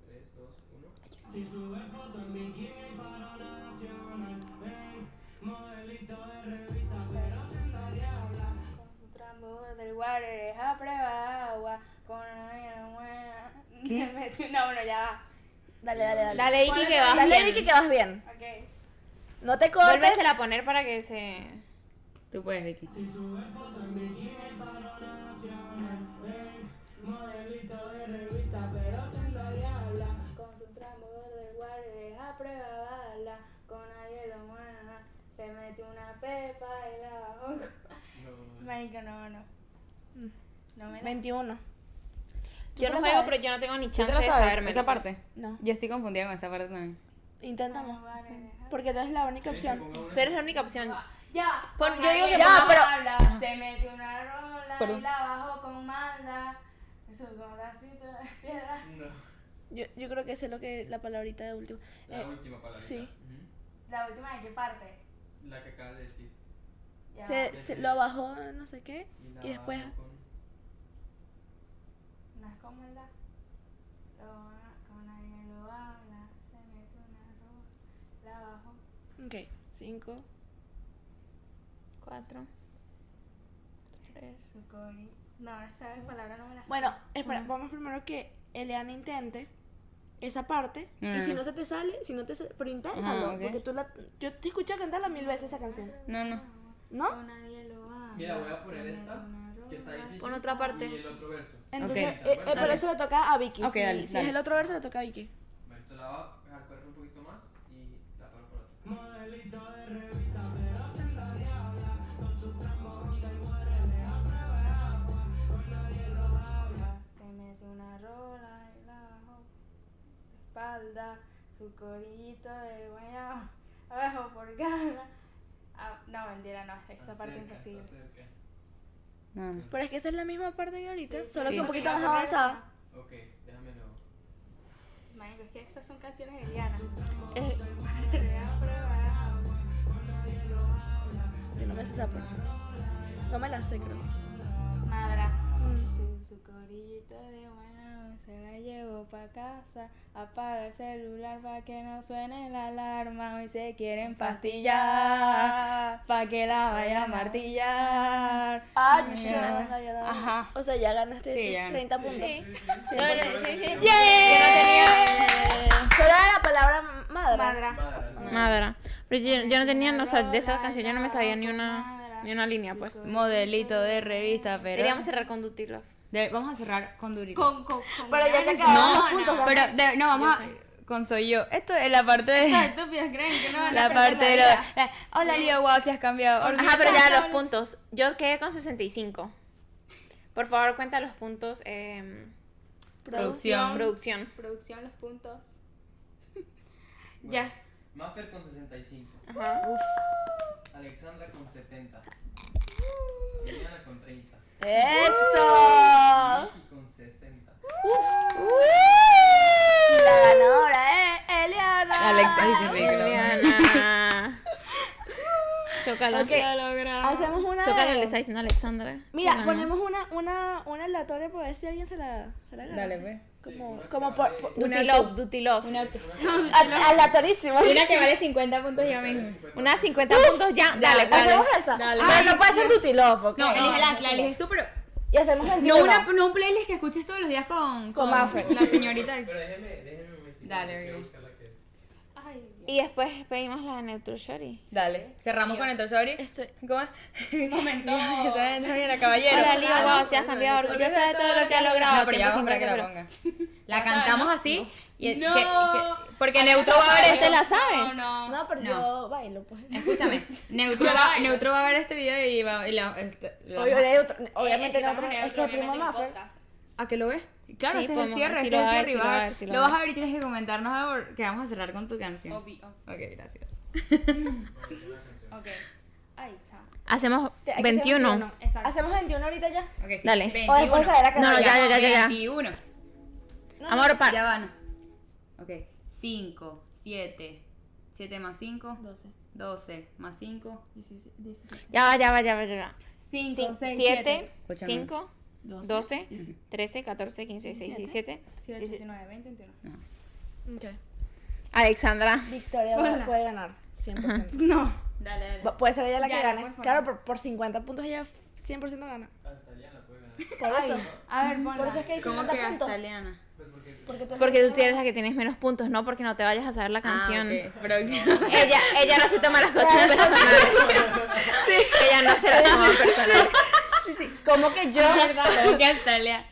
Speaker 8: Bueno, listo. 3, 2, 1.
Speaker 7: Con su trambo del water es a prueba agua. Con una buena. ¿Qué? No, bueno, ya va.
Speaker 1: Dale, dale, dale.
Speaker 2: Dale, Vicky, que va.
Speaker 1: Dale,
Speaker 2: bien.
Speaker 1: Vicky, que vas bien.
Speaker 7: Ok.
Speaker 1: No te cortes.
Speaker 2: Vuélvesela a poner para que se.
Speaker 3: Tú puedes, Vicky.
Speaker 7: Con su trambo del water es a prueba bala. Con nadie lo mueva. Se mete una pepa y la bajó. Marica, no, no. No me la
Speaker 1: 21.
Speaker 2: Yo no
Speaker 1: la
Speaker 2: juego,
Speaker 1: sabes?
Speaker 2: pero yo no tengo ni
Speaker 3: ¿Tú te
Speaker 2: chance
Speaker 3: la
Speaker 2: de pues.
Speaker 3: sabes,
Speaker 2: saberme.
Speaker 3: esa parte?
Speaker 1: No.
Speaker 3: Yo estoy confundida con esa parte también.
Speaker 1: Intentamos.
Speaker 7: water es a-
Speaker 1: Porque tú eres la única opción.
Speaker 2: Pero es la única opción.
Speaker 7: Ya.
Speaker 2: Pon-
Speaker 7: con
Speaker 2: yo digo
Speaker 7: nadie
Speaker 2: que
Speaker 7: lo
Speaker 2: pongamos-
Speaker 7: habla. Se metió una rola y
Speaker 3: Perdón.
Speaker 7: la bajó con maldad. Su corazoncito de piedra.
Speaker 8: No.
Speaker 1: Yo, yo creo que sé lo que la palabrita de último.
Speaker 8: La
Speaker 1: Eh,
Speaker 8: última palabra.
Speaker 1: sí.
Speaker 7: La última de qué parte.
Speaker 8: La que acabas de decir.
Speaker 7: Ya.
Speaker 1: se, se- lo bajó, no sé qué.
Speaker 8: la
Speaker 1: Y después-
Speaker 8: hago con-
Speaker 7: No es con maldad. Lo, con nadie lo habla. Se metió una rola. La bajó.
Speaker 1: Ok. 5.
Speaker 2: 4.
Speaker 7: Su cori. No, esa palabra no me la sé.
Speaker 1: Bueno, espera, vamos primero que Eliana intente esa parte. Y si
Speaker 3: Mm.
Speaker 1: no se te sale, si no te sale, pero inténtalo.
Speaker 3: Ajá, ok.
Speaker 1: Porque tú la. Yo te escuché cantarla mil veces esa canción.
Speaker 3: No, no.
Speaker 1: ¿No?
Speaker 7: Con nadie lo habla.
Speaker 8: Mira, voy a
Speaker 7: se
Speaker 8: poner
Speaker 7: metió
Speaker 8: esta,
Speaker 7: una rola.
Speaker 8: Que está difícil.
Speaker 2: Pon otra parte.
Speaker 8: Y el otro verso.
Speaker 1: Entonces,
Speaker 3: Ok.
Speaker 1: eh, eh, por
Speaker 8: Dale.
Speaker 1: eso le toca a Vicky.
Speaker 3: Ok,
Speaker 1: si,
Speaker 3: dale,
Speaker 1: si
Speaker 3: dale.
Speaker 1: es el otro verso, le toca a Vicky.
Speaker 8: Bueno, esto la va a dejar correr un poquito más y la paro por otra.
Speaker 7: Se metió una rola y la bajó de espalda, su corito de guayabo, abajo por gana. Ah, no, mentira, no, esa
Speaker 8: Está
Speaker 7: parte
Speaker 8: cerca,
Speaker 7: imposible.
Speaker 8: está cerca.
Speaker 3: No, no.
Speaker 1: Pero es que esa es la misma parte que ahorita, solo
Speaker 3: sí.
Speaker 1: que un poquito más
Speaker 7: Pero
Speaker 1: avanzada.
Speaker 8: Ok, déjame luego.
Speaker 7: esa- Marico, es que esas son canciones de Diana.
Speaker 1: Eh, yo no me sé esa parte. No me la sé, creo.
Speaker 7: Madra.
Speaker 1: Mm.
Speaker 7: Su, su corito de guayabo, se la llevo pa' casa. Apaga el celular pa' que no suene la alarma. Hoy se quieren pastillar, pa' que la vaya a martillar. Ajá.
Speaker 1: O sea, ya ganaste
Speaker 7: Sí,
Speaker 1: esos
Speaker 7: ya.
Speaker 1: 30 puntos.
Speaker 2: No, no, sí, sí.
Speaker 1: Solo era la palabra madre.
Speaker 8: Madre.
Speaker 2: Madra. Pero yo, yo no tenía, o sea, de esa canción yo no me sabía ni una, ni una línea, pues.
Speaker 3: Modelito de revista, pero.
Speaker 2: Deberíamos cerrar con Duty Love.
Speaker 3: De- vamos a cerrar con Durito.
Speaker 9: Con, con, con
Speaker 1: Pero ya se
Speaker 9: grandes-
Speaker 1: acabaron
Speaker 3: no,
Speaker 1: los puntos.
Speaker 3: no, pero de- no, vamos a- con soy yo. Esto es la parte de.
Speaker 9: Estas estúpidas creen que no van a
Speaker 3: la
Speaker 9: aprender
Speaker 3: parte de.
Speaker 9: vida.
Speaker 3: lo- la- Hola, Lío, wow, si has cambiado.
Speaker 2: Ajá, pero ya los puntos. Yo quedé con 65. Por favor, cuenta los puntos. em,
Speaker 3: Producción.
Speaker 2: producción.
Speaker 9: Producción, los puntos.
Speaker 8: Bueno,
Speaker 9: Ya.
Speaker 8: Maffer con 65.
Speaker 2: Ajá.
Speaker 8: Alexandra con 70. Eliana con 30. Oh,
Speaker 3: ¡Eso!
Speaker 8: Vicky con 60.
Speaker 1: La ganadora es Eliana.
Speaker 3: Alex, ay, se ríe,
Speaker 2: Eliana. Chócala.
Speaker 1: Ok, Hacemos una. de-
Speaker 2: Chócala, le está diciendo a Alexandra.
Speaker 1: Mira,
Speaker 2: Chócala.
Speaker 1: ponemos una, una, una aleatoria para ver si alguien se la, se la gana.
Speaker 3: Dale,
Speaker 1: ¿sí?
Speaker 3: pues.
Speaker 1: Como,
Speaker 8: Sí,
Speaker 1: como
Speaker 8: una
Speaker 1: por.
Speaker 8: que
Speaker 1: por-
Speaker 2: Duty Love, Duty Love. Una,
Speaker 1: a- Aleatorísimo.
Speaker 3: Una que vale 50 puntos yo mismo.
Speaker 2: 50 puntos ya. Dale, pues.
Speaker 1: Hacemos esa.
Speaker 3: dale.
Speaker 1: Pero no puede ser Duty Love, ¿ok?
Speaker 3: No, elige la, la eliges tú, pero.
Speaker 1: Y hacemos 21.
Speaker 3: No, una, no un playlist que escuches todos los días con.
Speaker 1: Con Maffer.
Speaker 3: La señorita.
Speaker 8: Pero déjeme, déjeme un momentito.
Speaker 3: Dale,
Speaker 8: que quiero
Speaker 3: Gabriel.
Speaker 8: buscar la que-
Speaker 2: Y después pedimos la de Neutral Shorty.
Speaker 3: Dale. Cerramos con el Tosori.
Speaker 1: Estoy-
Speaker 3: ¿Cómo es? Momento. Eso es también a caballero. Ah,
Speaker 2: Ahora, Lío, wow, se has cambiado orgullosa de todo lo que has logrado.
Speaker 3: No, pero ya
Speaker 2: Tiempo
Speaker 3: vamos
Speaker 2: sin
Speaker 3: para que la
Speaker 2: pero-
Speaker 3: ponga. La cantamos así. Y
Speaker 9: No.
Speaker 3: que- que- porque Neutro va a ver
Speaker 2: ¿Te
Speaker 3: este.
Speaker 2: la sabes?
Speaker 9: No, no.
Speaker 1: No, pero
Speaker 3: No.
Speaker 1: yo bailo, pues.
Speaker 3: Escúchame. Neutro va, Neutro va a ver este video y va. Y la, este- la-
Speaker 1: Obviamente, otro- obviamente
Speaker 9: Eh,
Speaker 1: no,
Speaker 9: vamos
Speaker 1: otro-
Speaker 9: a leer
Speaker 1: es que el primo ¿eh?
Speaker 9: obviamente el
Speaker 1: Maffer.
Speaker 9: podcast.
Speaker 3: ¿A que lo ves? Claro,
Speaker 2: Sí,
Speaker 3: este es el
Speaker 2: podemos-
Speaker 3: cierre.
Speaker 2: sí
Speaker 3: este
Speaker 2: lo
Speaker 3: es
Speaker 2: va
Speaker 3: el
Speaker 2: a ver,
Speaker 3: cierre.
Speaker 2: sí lo va
Speaker 3: y vas
Speaker 2: a
Speaker 3: a-
Speaker 2: ver, sí lo
Speaker 3: lo
Speaker 2: va a
Speaker 3: vas a ver y tienes que comentarnos algo que vamos a cerrar con tu canción.
Speaker 9: Obvio.
Speaker 3: Ok, gracias.
Speaker 9: Ok. Ahí está.
Speaker 2: Hacemos
Speaker 1: Te- hay que hacer
Speaker 2: 21.
Speaker 9: Exacto.
Speaker 1: Hacemos 21 ahorita ya.
Speaker 3: Ok, sí.
Speaker 2: Dale.
Speaker 3: 21.
Speaker 1: O después saber a qué
Speaker 2: No, no,
Speaker 1: hora
Speaker 2: ya,
Speaker 1: llegamos.
Speaker 2: ya, ya, ya.
Speaker 3: 21.
Speaker 2: Amor,
Speaker 3: Ya
Speaker 2: para.
Speaker 3: van. Ok. 5, 7. 7 más 5.
Speaker 9: 12,
Speaker 3: 12 más 5.
Speaker 9: 16, 17,
Speaker 2: Ya va, ya va, ya va, ya va.
Speaker 9: 5, 6,
Speaker 2: 7,
Speaker 3: 7,
Speaker 2: 5,
Speaker 9: 12,
Speaker 2: 12, 13, 14, 15, 16, 17.
Speaker 9: 18, 19, 20, 21.
Speaker 2: Alexandra.
Speaker 1: Victoria va- puede ganar, 100%.
Speaker 9: No.
Speaker 3: Dale, dale.
Speaker 1: Va- Puede ser ella la que
Speaker 9: Ya,
Speaker 1: gane.
Speaker 9: por favor.
Speaker 1: Claro, por, por 50 puntos ella 100% gana.
Speaker 8: Hasta Eliana puede ganar.
Speaker 1: Por eso.
Speaker 9: A ver,
Speaker 1: Por eso es
Speaker 9: ponla.
Speaker 1: que hay
Speaker 3: ¿Cómo
Speaker 1: 50
Speaker 3: que
Speaker 1: puntos.
Speaker 3: hasta Eliana?
Speaker 8: Pues porque
Speaker 1: Porque tú
Speaker 2: Porque tú eres la que tienes menos puntos, no porque no te vayas a saber la canción.
Speaker 3: Ah, Próximo.
Speaker 2: Ella, ella no se toma las cosas personales. Ella no se las toma personales.
Speaker 1: Como que
Speaker 3: Ah,
Speaker 1: yo.
Speaker 3: ¿Cómo que hasta Eliana?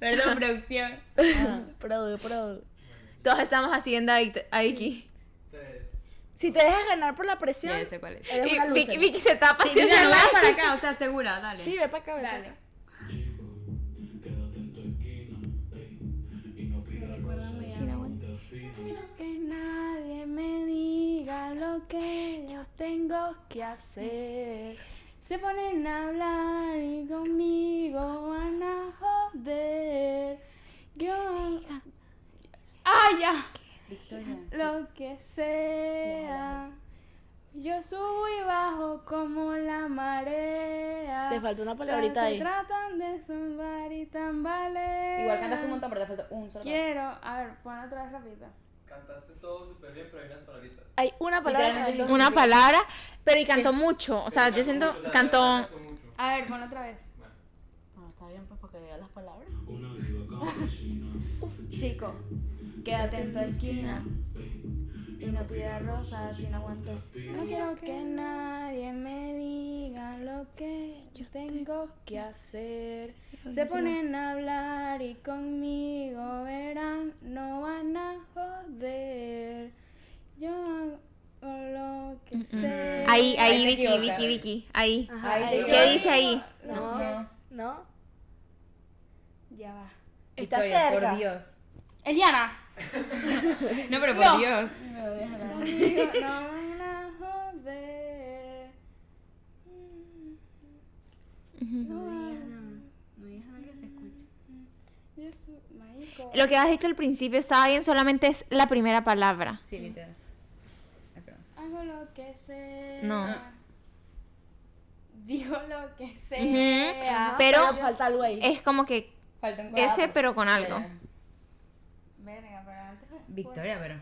Speaker 3: Perdón, producción.
Speaker 1: Produ, produ.
Speaker 2: Todos estamos haciendo a Vict- a Vicky.
Speaker 8: ustedes.
Speaker 1: Si te dejas ganar por la presión,
Speaker 3: Ya, yo sé cuál es.
Speaker 1: eres
Speaker 2: Y
Speaker 1: una
Speaker 2: Vicky,
Speaker 1: loser.
Speaker 2: Vicky se tapa
Speaker 3: Ah, Sí,
Speaker 2: así
Speaker 3: sí,
Speaker 2: hacia
Speaker 3: no,
Speaker 2: el lado.
Speaker 3: vamos para acá, o sea, segura, dale.
Speaker 1: Sí, ve para acá, ve para
Speaker 9: Dale.
Speaker 1: acá.
Speaker 5: Quédate en tu esquina, ey, y no pidas rosas, no te afinas.
Speaker 7: Que nadie me diga lo que yo tengo que hacer. Se ponen a hablar y conmigo van a joder. Yo. ¡Ah, ya! Lo que sea. Yo subo y bajo como la marea.
Speaker 1: Te faltó una
Speaker 7: Todas
Speaker 1: palabrita
Speaker 7: se
Speaker 1: ahí.
Speaker 7: tratan de zumbar y tambalear.
Speaker 3: Igual cantaste un montón, pero te falta un solo.
Speaker 7: Quiero. A ver, pon otra vez rapidito.
Speaker 8: Cantaste todo súper bien, pero hay unas palabritas.
Speaker 1: Hay una palabra.
Speaker 3: Literalmente
Speaker 1: ahí.
Speaker 2: Una palabra, pero y cantó mucho. O sea, yo siento, cantó.
Speaker 7: A ver, pon otra vez.
Speaker 1: Bueno, está bien, pues, porque diga las palabras.
Speaker 5: Una viva campesina,
Speaker 7: Chico, quédate en tu esquina
Speaker 5: ey,
Speaker 7: y no pidas rosas si no aguantas.
Speaker 5: aspiras.
Speaker 7: No quiero que nadie me diga lo que yo tengo que hacer. Se ponen a hablar y conmigo verán, no van a joder. Yo hago lo que sé.
Speaker 2: Ahí, ahí,
Speaker 3: te
Speaker 2: Vicky,
Speaker 3: equivocas.
Speaker 2: Vicky, Vicky. Ahí.
Speaker 1: Ajá.
Speaker 3: Ay,
Speaker 1: ahí.
Speaker 3: Dios.
Speaker 2: ¿Qué dice ahí?
Speaker 1: No,
Speaker 3: No.
Speaker 1: no. no.
Speaker 7: Ya va.
Speaker 1: Está
Speaker 3: Victoria,
Speaker 1: cerca.
Speaker 3: Por Dios.
Speaker 7: Eliana.
Speaker 3: No, pero por Dios.
Speaker 7: Conmigo no van a joder. No van a- Yo soy- marico.
Speaker 2: Lo que has dicho al principio estaba bien, solamente es la primera palabra.
Speaker 3: Sí, literal. Ay, perdón.
Speaker 7: Hago lo que sea.
Speaker 2: No.
Speaker 7: Digo lo que sea.
Speaker 2: Ujú.
Speaker 1: Ajá,
Speaker 2: Pero
Speaker 1: falta algo ahí.
Speaker 2: es como que
Speaker 3: Falta un cuadro.
Speaker 2: ese, pero con algo.
Speaker 12: Victoria, pero.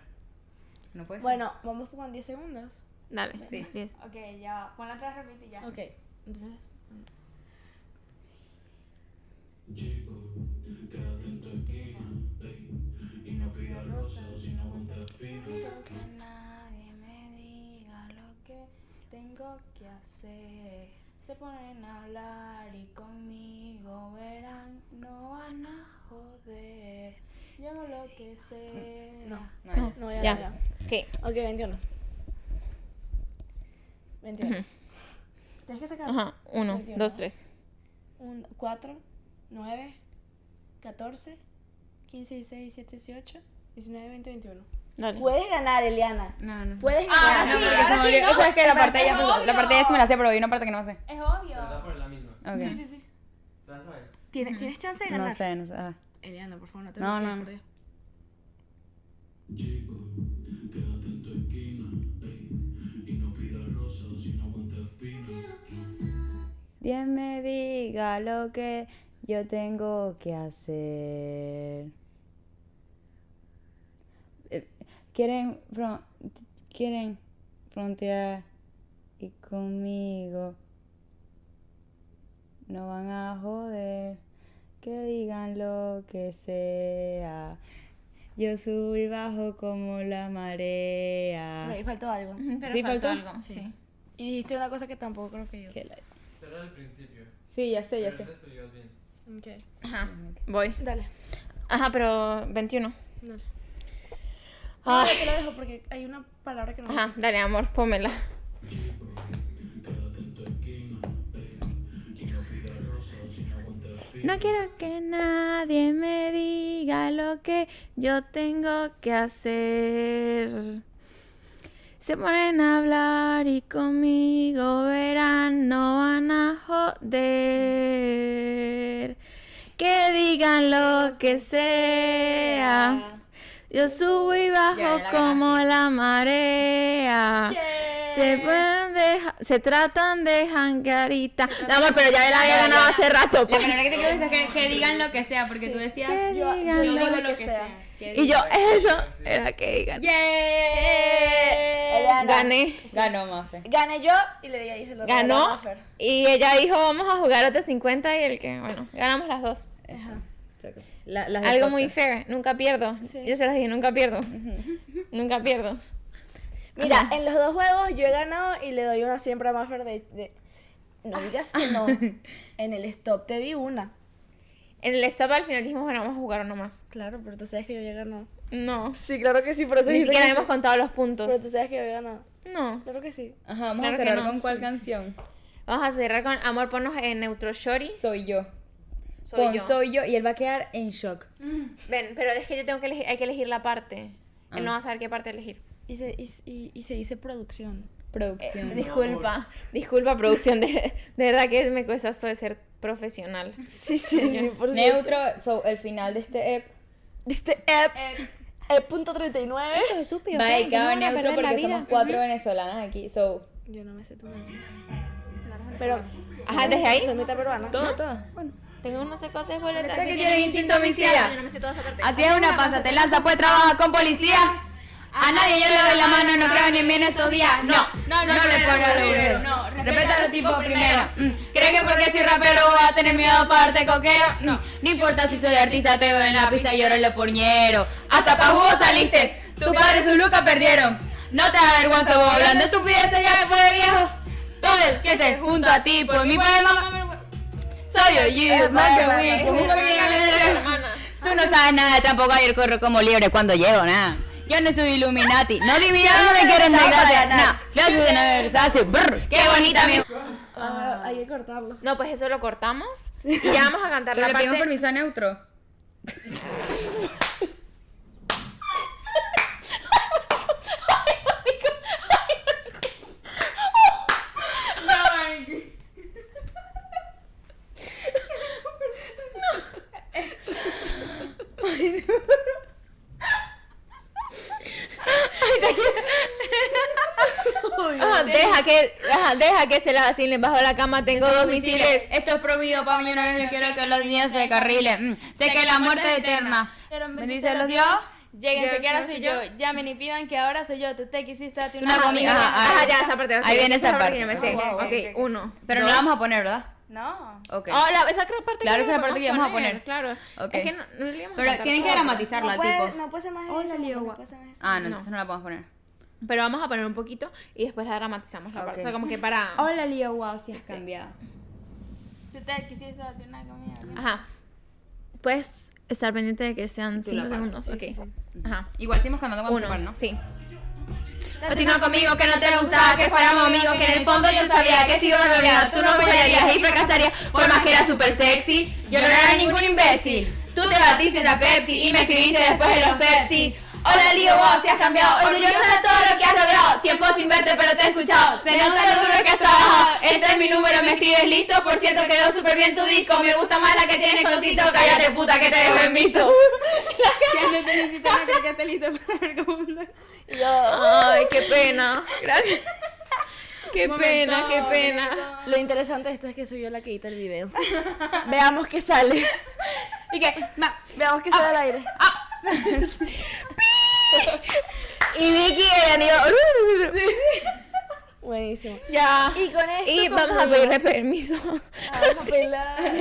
Speaker 12: No puede ser.
Speaker 1: Bueno, vamos con 10 segundos.
Speaker 2: Dale,
Speaker 12: Sí.
Speaker 2: diez.
Speaker 7: Ok, ya va. Ponla atrás, repite y ya.
Speaker 1: Ok, entonces.
Speaker 5: Chico, quédate en tu esquina, ey, y no pidas rosas si no aguantas pino.
Speaker 7: Que nadie me diga lo que tengo que hacer. Se ponen a hablar y conmigo verán, no van a joder. Yo hago lo que sea.
Speaker 12: No,
Speaker 1: No, ya,
Speaker 2: Ya.
Speaker 1: ya. ya.
Speaker 2: ¿Qué?
Speaker 1: Ok, 21. 21.
Speaker 2: Ujú.
Speaker 1: Tienes que sacar
Speaker 2: Ajá, uno,
Speaker 1: 21,
Speaker 2: dos,
Speaker 1: ¿no?
Speaker 2: tres.
Speaker 1: un 4, 9, 14, 15, 16, 17, 18, 19, 20, 21.
Speaker 2: Dale.
Speaker 1: Puedes ganar, Eliana.
Speaker 3: No, no.
Speaker 1: Puedes
Speaker 3: Ah,
Speaker 1: ganar.
Speaker 3: no,
Speaker 7: sí,
Speaker 3: pero
Speaker 7: ahora
Speaker 3: se me
Speaker 7: sí,
Speaker 3: olvidó.
Speaker 7: ¿no?
Speaker 3: O sea, es que la
Speaker 7: Pero
Speaker 3: parte,
Speaker 7: es
Speaker 3: ya, pues, la
Speaker 7: obvio.
Speaker 3: parte ya sí me la sé, pero hay una parte que no sé.
Speaker 7: Es
Speaker 8: Pero está
Speaker 7: obvio.
Speaker 8: por la misma.
Speaker 3: Ok.
Speaker 7: Sí, sí, sí.
Speaker 8: ¿Te la sabes?
Speaker 1: ¿Tienes, tienes chance de ganar?
Speaker 3: No sé, no sé. Ah.
Speaker 1: Eliana, por favor, no te
Speaker 3: No,
Speaker 1: bloquees,
Speaker 3: no.
Speaker 1: por Dios.
Speaker 5: Chico, quédate en tu esquina, ey, y no pidas rosas si no aguantas pino.
Speaker 3: Dios me diga lo que yo tengo que hacer. Eh, Quieren, fron- quieren frontear y conmigo no van a joder que digan lo que sea. Yo subo y bajo como la marea.
Speaker 1: Ok, faltó algo.
Speaker 2: Pero
Speaker 3: ¿Sí
Speaker 2: faltó
Speaker 3: faltó?
Speaker 2: algo, sí.
Speaker 1: Y dijiste una cosa que tampoco creo que yo.
Speaker 3: Que la-
Speaker 8: Solo al principio.
Speaker 3: Sí, ya sé, ya
Speaker 8: Pero
Speaker 3: sé.
Speaker 8: el resto llevas bien.
Speaker 1: Ok.
Speaker 2: Ajá, voy.
Speaker 1: Dale.
Speaker 2: Ajá, pero 21.
Speaker 1: Dale.
Speaker 2: Ah.
Speaker 1: Ah. te la dejo porque hay una palabra que no.
Speaker 2: Ajá, dale, amor, pómela.
Speaker 5: Quédate en tu esquina, ey, y no pidas rosas si no aguantas pino.
Speaker 2: No quiero que nadie me diga lo que yo tengo que hacer. Se ponen a hablar y conmigo verán, no van a joder. Que digan lo que sea. Yo subo y bajo como la marea. Se, pueden deja- se tratan de jangarita. No, amor, pero ya la había ganado hace rato.
Speaker 3: La
Speaker 2: Pues.
Speaker 3: palabra que te quiero decir es que, que digan lo que sea, porque tú decías,
Speaker 2: Que
Speaker 3: yo,
Speaker 2: digan lo
Speaker 3: yo digo
Speaker 1: que
Speaker 3: lo que
Speaker 1: sea.
Speaker 3: sea. Que
Speaker 2: Y yo,
Speaker 3: digan.
Speaker 2: eso era que digan.
Speaker 1: Eliana.
Speaker 2: Gané.
Speaker 3: Ganó Mafe.
Speaker 1: Gané yo y le di ahí se lo regaló a
Speaker 2: Ganó.
Speaker 1: Mafer.
Speaker 2: Y ella dijo, vamos a jugar otros 50 y el que, bueno, ganamos las dos.
Speaker 3: La- las
Speaker 2: Algo
Speaker 3: del
Speaker 2: muy
Speaker 3: podcast.
Speaker 2: fair, nunca pierdo. Yo se las dije, nunca pierdo. nunca pierdo.
Speaker 1: Mira, en los dos juegos yo he ganado y le doy una siempre a Maffer de, de- No digas que no. en el stop te di una. eh.
Speaker 2: En el stop al final dijimos, bueno, vamos a jugar uno más.
Speaker 1: Claro, pero tú sabes que yo había ganado.
Speaker 2: No.
Speaker 1: Sí, claro que sí, por eso
Speaker 2: Ni
Speaker 1: dice
Speaker 2: siquiera
Speaker 1: que
Speaker 2: hemos
Speaker 1: sí. Pues,
Speaker 2: contado los
Speaker 1: Pero tú
Speaker 2: puntos.
Speaker 1: sabes que yo había ganado.
Speaker 2: No.
Speaker 1: Claro que sí.
Speaker 3: Ajá, vamos
Speaker 2: Claro
Speaker 3: a
Speaker 2: que
Speaker 3: cerrar
Speaker 2: no,
Speaker 3: con cuál
Speaker 2: sí.
Speaker 3: canción.
Speaker 2: Vamos a cerrar con Amor, ponnos en Neutro Shorty.
Speaker 3: Soy yo.
Speaker 2: Soy
Speaker 3: Pon
Speaker 2: yo.
Speaker 3: soy yo y él va a quedar en shock.
Speaker 2: Ven, pero es que yo tengo que elegir, hay que elegir la parte.
Speaker 3: Ah.
Speaker 2: Él no va a saber qué parte elegir.
Speaker 1: Y se, y, y- y se dice producción.
Speaker 3: Producción.
Speaker 2: Eh, Disculpa, disculpa producción, de, de verdad que me cuesta esto de ser profesional.
Speaker 1: Sí, sí, sí. Por eso-
Speaker 3: Neutro, so, el final de este ep
Speaker 1: Diste ep. Ep Eh, punto 39.
Speaker 3: va dedicado a neutro porque somos cuatro venezolanas aquí. So,
Speaker 1: Yo no me sé tu canción. Pero.
Speaker 2: Ajá, desde ahí.
Speaker 1: Soy mitad peruana.
Speaker 3: todo, todo.
Speaker 2: Tengo no sé cosas boletas
Speaker 3: que tienen instinto homicida.
Speaker 2: Yo no me sé toda esa parte.
Speaker 3: Así es una pasa, te lanza, pues trabaja con policía. A nadie yo le doy la mano, no creo ni en mí en estos días. No, no, no, le pongo al obrero. No, respeta a los tipos primero. Mm, ¿Cree que porque soy rapero voy a tener miedo a parte coquero? No, no importa si soy artista, te veo en la pista y ahora le porñero. Hasta pa' jugo saliste, tu padre y su luca perdieron. No te da vergüenza, vos hablando estupideces ya después de viejo. Todo el que te junto a ti, por mi padre mamá. Soy yo, you, más que weak, como un poquito- Tú no sabes nada, tampoco ayer corro como libre cuando llego, nada. Yo no soy Illuminati, no divina, no me quieren de gracia, nada. Gracias de nada, versace, brr, qué bonita mi...
Speaker 1: Ah, hay que cortarlo.
Speaker 2: No, pues eso lo cortamos y ya vamos a cantar la parte.
Speaker 3: a neutro.
Speaker 2: Ajá, deja que, ajá, deja que se la vacilen bajo la cama, tengo dos misiles.
Speaker 3: Esto es prohibido para mí, no, no quiero que los niños se carrilen. Mm, Sé que la muerte es eterna. Bendice a los dios
Speaker 7: Lleguen,
Speaker 3: Girls,
Speaker 7: que ahora
Speaker 3: no
Speaker 7: soy
Speaker 3: soy
Speaker 7: yo. Llamen y pidan que ahora soy yo. Tú te quisiste date una,
Speaker 3: Una
Speaker 7: una
Speaker 3: comida.
Speaker 2: Ajá, ajá, ya, esa parte. ok,
Speaker 3: Ahí viene esa parte.
Speaker 2: que me sé.
Speaker 7: Ah, wow,
Speaker 2: ok,
Speaker 7: ok, ok.
Speaker 2: uno.
Speaker 3: Pero no
Speaker 2: dos.
Speaker 3: la vamos a poner, ¿verdad?
Speaker 7: No.
Speaker 3: Ok.
Speaker 2: Ah, la- esa creo parte
Speaker 3: Claro,
Speaker 2: que
Speaker 3: esa es la parte que íbamos a poner.
Speaker 2: Claro.
Speaker 3: Ok.
Speaker 2: Es que no, no la íbamos a
Speaker 3: Pero
Speaker 2: contar
Speaker 3: tienen que
Speaker 2: toda.
Speaker 3: dramatizarla,
Speaker 1: no, puede,
Speaker 3: tipo.
Speaker 1: no puede ser más de
Speaker 7: Hola,
Speaker 1: 10 segundos,
Speaker 7: Liegua.
Speaker 1: no puede ser más de 10
Speaker 3: Ah,
Speaker 1: segundos.
Speaker 3: no, entonces no la podemos poner.
Speaker 2: Pero vamos a poner un poquito y después la dramatizamos la
Speaker 3: Ok.
Speaker 2: parte. O sea, como que para.
Speaker 3: Hola, Leo, wow, si has cambiado.
Speaker 7: Tú te quisiste date una comida.
Speaker 2: Ajá. Puedes estar pendiente de que sean
Speaker 3: Tú la
Speaker 2: 5
Speaker 3: paras.
Speaker 2: segundos. Ok. Ajá.
Speaker 3: Igual seguimos cantando cuando
Speaker 2: Uno.
Speaker 3: se paren, ¿no?
Speaker 2: Sí. Continúa conmigo que no te gustaba que fuéramos amigos. Que en el fondo yo sabía que si yo me olvidaba tú no fallarías y fracasarías. Por más que era súper sexy, yo no era ningún imbécil. Tú te batiste una Pepsi y me escribiste después de los Pepsi. Hola Leo, wow, si has cambiado. Orgullosa de todo lo que has logrado. Tiempo sin verte, pero te he escuchado. Se nota lo duro que has trabajado. Este es mi número, me escribes listo. Por cierto, quedó súper bien tu disco. Me gusta más la que tienes con Cito. Cállate, puta, que te dejo en visto.
Speaker 7: Ya te felicito, no creo que esté listo para ver cómo
Speaker 2: Ay, qué pena. Gracias. Qué pena, qué pena.
Speaker 1: Lo interesante de esto es que soy yo la que edita el video. Veamos qué sale. Ah.
Speaker 3: ¿Y qué? Ma-
Speaker 1: Veamos qué sale al aire. y Vicky era Buenísimo.
Speaker 2: "Uh, Ya.
Speaker 1: Y con esto
Speaker 2: Y vamos a
Speaker 1: concluimos.
Speaker 2: pedirle permiso.
Speaker 1: Vamos a pelar.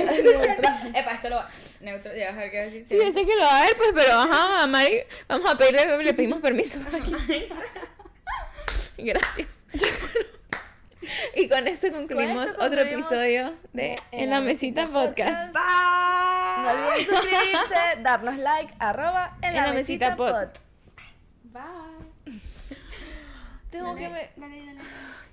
Speaker 3: Epa, esto lo va. Neutro, ya vas a ver qué va a decir.
Speaker 2: Sí, yo sé que lo va a ver, pues, pero ajá, a Mari, vamos a pedirle, le pedimos permiso aquí. Gracias. Y con esto concluimos otro episodio de En la Mesita Podcast.
Speaker 1: No olviden suscribirse, darnos like, arroba en, la, mesita, pod.
Speaker 7: Bye.
Speaker 2: Tengo que ver-
Speaker 7: Dale, dale.